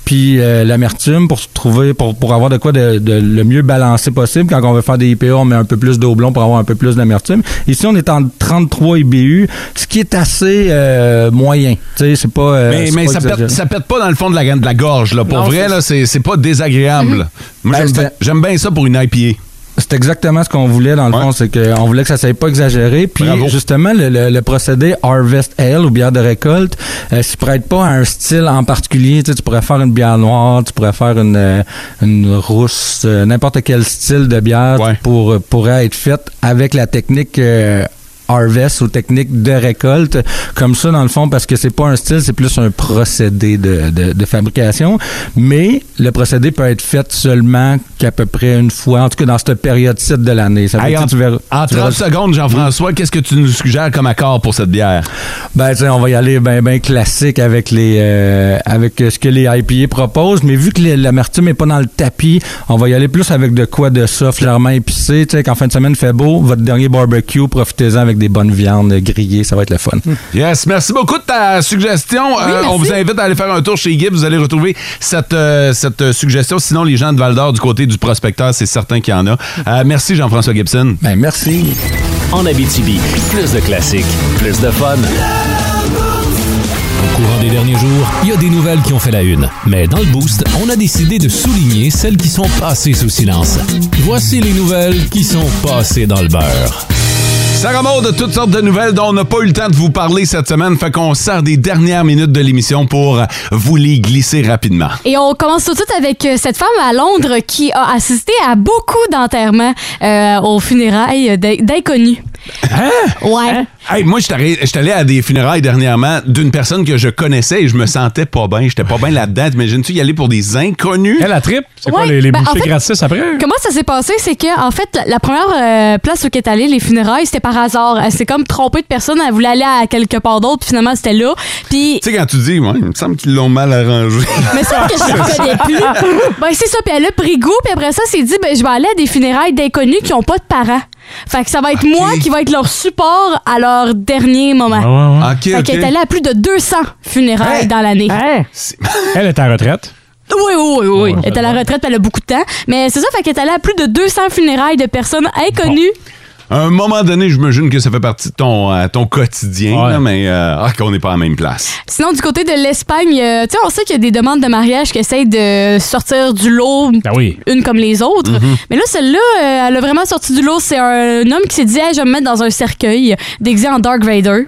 S15: puis euh, l'amertume pour se trouver pour, pour avoir de quoi de, de- le mieux balancé possible quand on veut faire des IPA on met un peu plus d'eau blond pour avoir un peu plus d'amertume ici on est en 33 IBU ce qui est assez euh, moyen tu sais c'est pas euh,
S3: mais
S15: c'est
S3: mais
S15: pas
S3: ça,
S15: exagéré.
S3: pète, ça pète pas dans le fond de la, de la gorge. Là. Pour
S15: Non,
S3: vrai,
S15: c'est-
S3: là, c'est c'est pas désagréable. Moi, j'aime bien- j'aime bien ça pour une IPA.
S15: Mhm. Ben, C'est exactement ce qu'on voulait dans le fond, c'est qu'on voulait que ça ne soit pas exagéré. Puis justement, le, le- le procédé Harvest Ale ou bière de récolte, euh, s'y prête pas à un style en particulier. Tu, sais, tu pourrais faire une bière noire, tu pourrais faire une, euh, une rousse, euh, n'importe quel style de bière pour, euh, pourrait être faite avec la technique. euh, harvest ou technique de récolte comme ça dans le fond parce que c'est pas un style c'est plus un procédé de, de- de fabrication mais le procédé peut être fait seulement qu'à peu près une fois en tout cas dans cette période ci de l'année ça veut
S3: Hey,
S15: dire
S3: en,
S15: que tu verras-
S3: en
S15: tu verras-
S3: 30 secondes, Jean-François, qu'est-ce que tu nous suggères comme accord pour cette bière?
S15: Ben, tu sais, on va y aller ben, ben classique avec les euh, avec euh, ce que les IPA proposent, mais vu que les- l'amertume est pas dans le tapis, on va y aller plus avec de quoi de soft, légèrement épicé. Tu sais, qu'en fin de semaine il fait beau, votre dernier barbecue, profitez-en avec des bonnes viandes grillées, ça va être le fun.
S3: Yes, merci beaucoup de ta suggestion. Euh, on vous invite à aller faire un tour chez Gibb. Vous allez retrouver cette, euh, cette euh, suggestion. Sinon, les gens de Val d'Or du côté du prospecteur, c'est certain qu'il y en a. Euh, merci, Jean-François Gibson.
S15: merci.
S2: En Abitibi, plus de classiques, plus de fun. Au courant des derniers jours, il y a des nouvelles qui ont fait la une. Mais dans le Boost, on a décidé de souligner celles qui sont passées sous silence. Voici les nouvelles qui sont passées dans le beurre.
S3: Sarah Maud a toutes sortes de nouvelles dont on n'a pas eu le temps de vous parler cette semaine. Fait qu'on sert des dernières minutes de l'émission pour vous les glisser rapidement.
S6: Et on commence tout de suite avec euh, cette femme à Londres qui a assisté à beaucoup d'enterrements euh, aux funérailles d'in- d'inconnus. Ouais.
S3: Hein? Hey, moi, je suis allé à des funérailles dernièrement d'une personne que je connaissais et je me sentais pas bien. J'étais pas bien là-dedans. T'imagines-tu y aller pour des inconnus? Elle
S5: la trip? C'est
S6: quoi, Ouais, les- les ben, en bouchées fait-
S5: gratis après?
S6: Comment ça s'est passé, c'est que en fait la, la première euh, place où qu'est allée les funérailles, c'était par hasard. Elle s'est comme trompée de personne, elle voulait aller à quelque part d'autre, puis finalement c'était là. Puis
S3: Tu sais, quand tu dis, ouais, il me semble qu'ils l'ont mal arrangé.
S6: mais c'est vrai que je la connais plus. Ben c'est ça, puis elle a pris goût, puis après ça, s'est dit ben je vais aller à des funérailles d'inconnus qui ont pas de parents. Fait que ça va être moi qui va être leur support à leur dernier moment.
S5: Ah ouais, ouais.
S6: fait
S5: Ok,
S6: qu'elle
S5: ok.
S6: est allée à plus de 200 funérailles dans l'année.
S5: Elle est en retraite.
S6: Oui, oui, oui, oui. Elle est à la retraite, puis elle a beaucoup de temps. Mais c'est ça, fait qu'elle est allée à plus de 200 funérailles de personnes inconnues.
S3: À un moment donné, j'imagine que ça fait partie de ton, euh, ton quotidien, là, mais euh, ah, qu'on n'est pas à la même place.
S6: Sinon, du côté de l'Espagne, euh, tu sais, on sait qu'il y a des demandes de mariage qui essayent de sortir du lot,
S3: Ah oui.
S6: une comme les autres.
S3: Mhm.
S6: Mais là, celle-là, euh, elle a vraiment sorti du lot. C'est un homme qui s'est dit, Hey, je vais me mettre dans un cercueil déguisé en Dark Vader.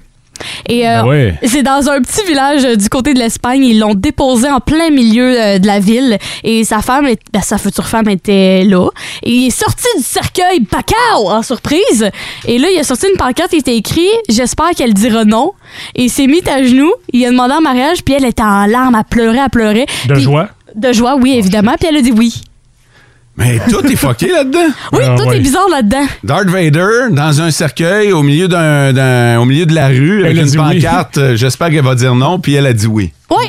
S6: Et euh,
S5: Ah ouais.
S6: c'est dans un petit village euh, du côté de l'Espagne. Ils l'ont déposé en plein milieu euh, de la ville. Et sa femme, est- ben, sa future femme était là. Et il est sorti du cercueil, pacao, en surprise. Et là, il a sorti une pancarte qui était écrit J'espère qu'elle dira non. Et il s'est mis à genoux. Il a demandé en mariage. Puis elle était en larmes, à pleurer, à pleurer.
S5: De joie?
S6: De joie, oui, évidemment. Puis elle a dit oui.
S3: Mais tout est fucké là-dedans.
S6: Oui,
S5: Ah,
S6: tout est bizarre là-dedans.
S3: Darth Vader dans un cercueil au milieu, d'un, d'un- au milieu de la rue
S5: Elle a
S3: avec
S5: dit
S3: une
S5: oui.
S3: pancarte. euh, J'espère qu'elle va dire non, puis elle a dit oui.
S6: Oui.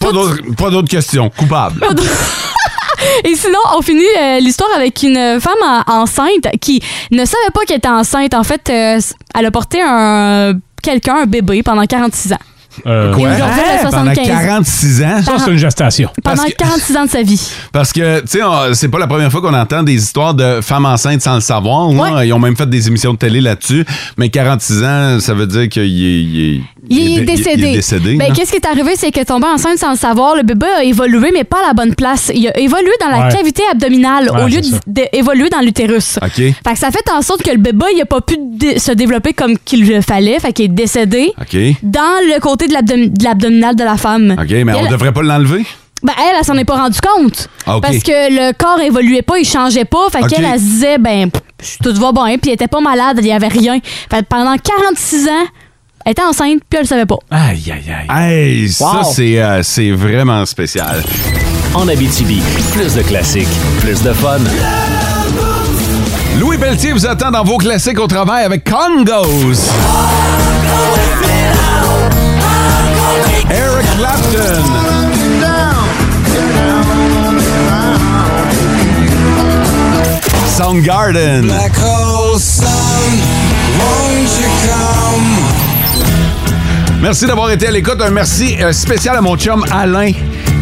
S3: Pas d'autres pas d'autres questions. Coupable.
S6: Et sinon, on finit euh, l'histoire avec une femme en- enceinte qui ne savait pas qu'elle était enceinte. En fait, euh, elle a porté un quelqu'un, un bébé, pendant 46 ans.
S5: Quoi?
S6: aujourd'hui, elle a
S3: Hein? Pendant
S6: 75.
S3: 46 ans?
S5: Ça, c'est une gestation.
S6: Pendant 46 ans de sa vie.
S3: Parce que, tu sais, on- c'est pas la première fois qu'on entend des histoires de femmes enceintes sans le savoir. là. Ils ont même fait des émissions de télé là-dessus. Mais 46 ans, ça veut dire qu'il est, il est-
S6: Il, est
S3: dé-
S6: décédé.
S3: Il est décédé.
S6: Ben,
S3: là.
S6: qu'est-ce qui est arrivé, c'est qu'elle est tombée enceinte sans le savoir. Le bébé a évolué, mais pas à la bonne place. Il a évolué dans la
S3: Ouais.
S6: cavité abdominale
S3: Ouais,
S6: au lieu
S3: c'est ça.
S6: d'évoluer dans l'utérus.
S3: OK.
S6: Fait que ça a fait en sorte que le bébé, il a pas pu dé- se développer comme qu'il le fallait. Fait qu'il est décédé.
S3: OK. OK,
S6: dans le côté de l'abdom- de l'abdominal de la femme.
S3: mais
S6: elle,
S3: on devrait pas l'enlever?
S6: ben, elle, elle s'en est pas rendue compte.
S3: Ah, ok.
S6: Parce que le corps évoluait pas, il changeait pas. Fait
S3: Ok.
S6: qu'elle, elle se disait, ben, pff, tout va bien. Puis elle était pas malade, il y avait rien. Fait que pendant 46 ans, elle était enceinte, puis elle le savait pas.
S3: Aïe, aïe, aïe. Hey, ça,
S6: Wow.
S3: c'est euh, c'est vraiment spécial.
S2: En Abitibi, plus de classiques, plus de fun.
S3: Louis Pelletier vous attend dans vos classiques au travail avec Congos. Eric Clapton. Soundgarden.
S13: Black hole sun, won't you come?
S3: Merci d'avoir été à l'écoute. Un merci euh, spécial à mon chum Alain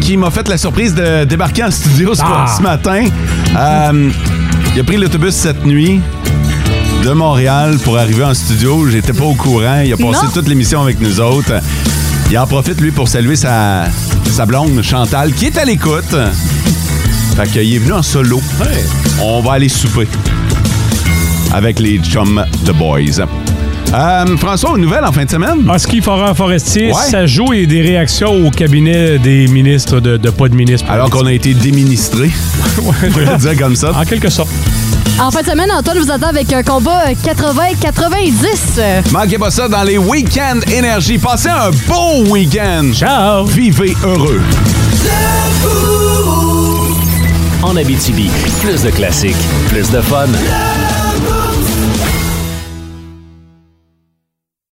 S3: qui m'a fait la surprise de débarquer en studio ce,
S13: Ah.
S3: ce matin. Euh, il a pris l'autobus cette nuit de Montréal pour arriver en studio. J'étais pas au courant. Il a passé
S13: Non.
S3: toute l'émission avec nous autres. Il en profite, lui, pour saluer sa, sa blonde, Chantal, qui est à l'écoute. Fait qu'il est venu en solo. On va aller souper avec les chums The Boys. Euh, François, une nouvelle en fin de semaine?
S5: En Ah, ski forain forestier,
S3: Ouais.
S5: ça joue et des réactions au cabinet des ministres de, de pas de ministres. Alors
S3: qu'on a été déministré.
S5: On
S3: peut le dire comme ça.
S5: En quelque sorte.
S6: En fin de semaine, Antoine vous attend avec un combat euh, 80-90. euh,
S3: Manquez pas ça dans les week-ends énergie. Passez un beau week-end.
S5: Ciao.
S3: Vivez heureux.
S2: En Abitibi, plus de classiques, plus de fun.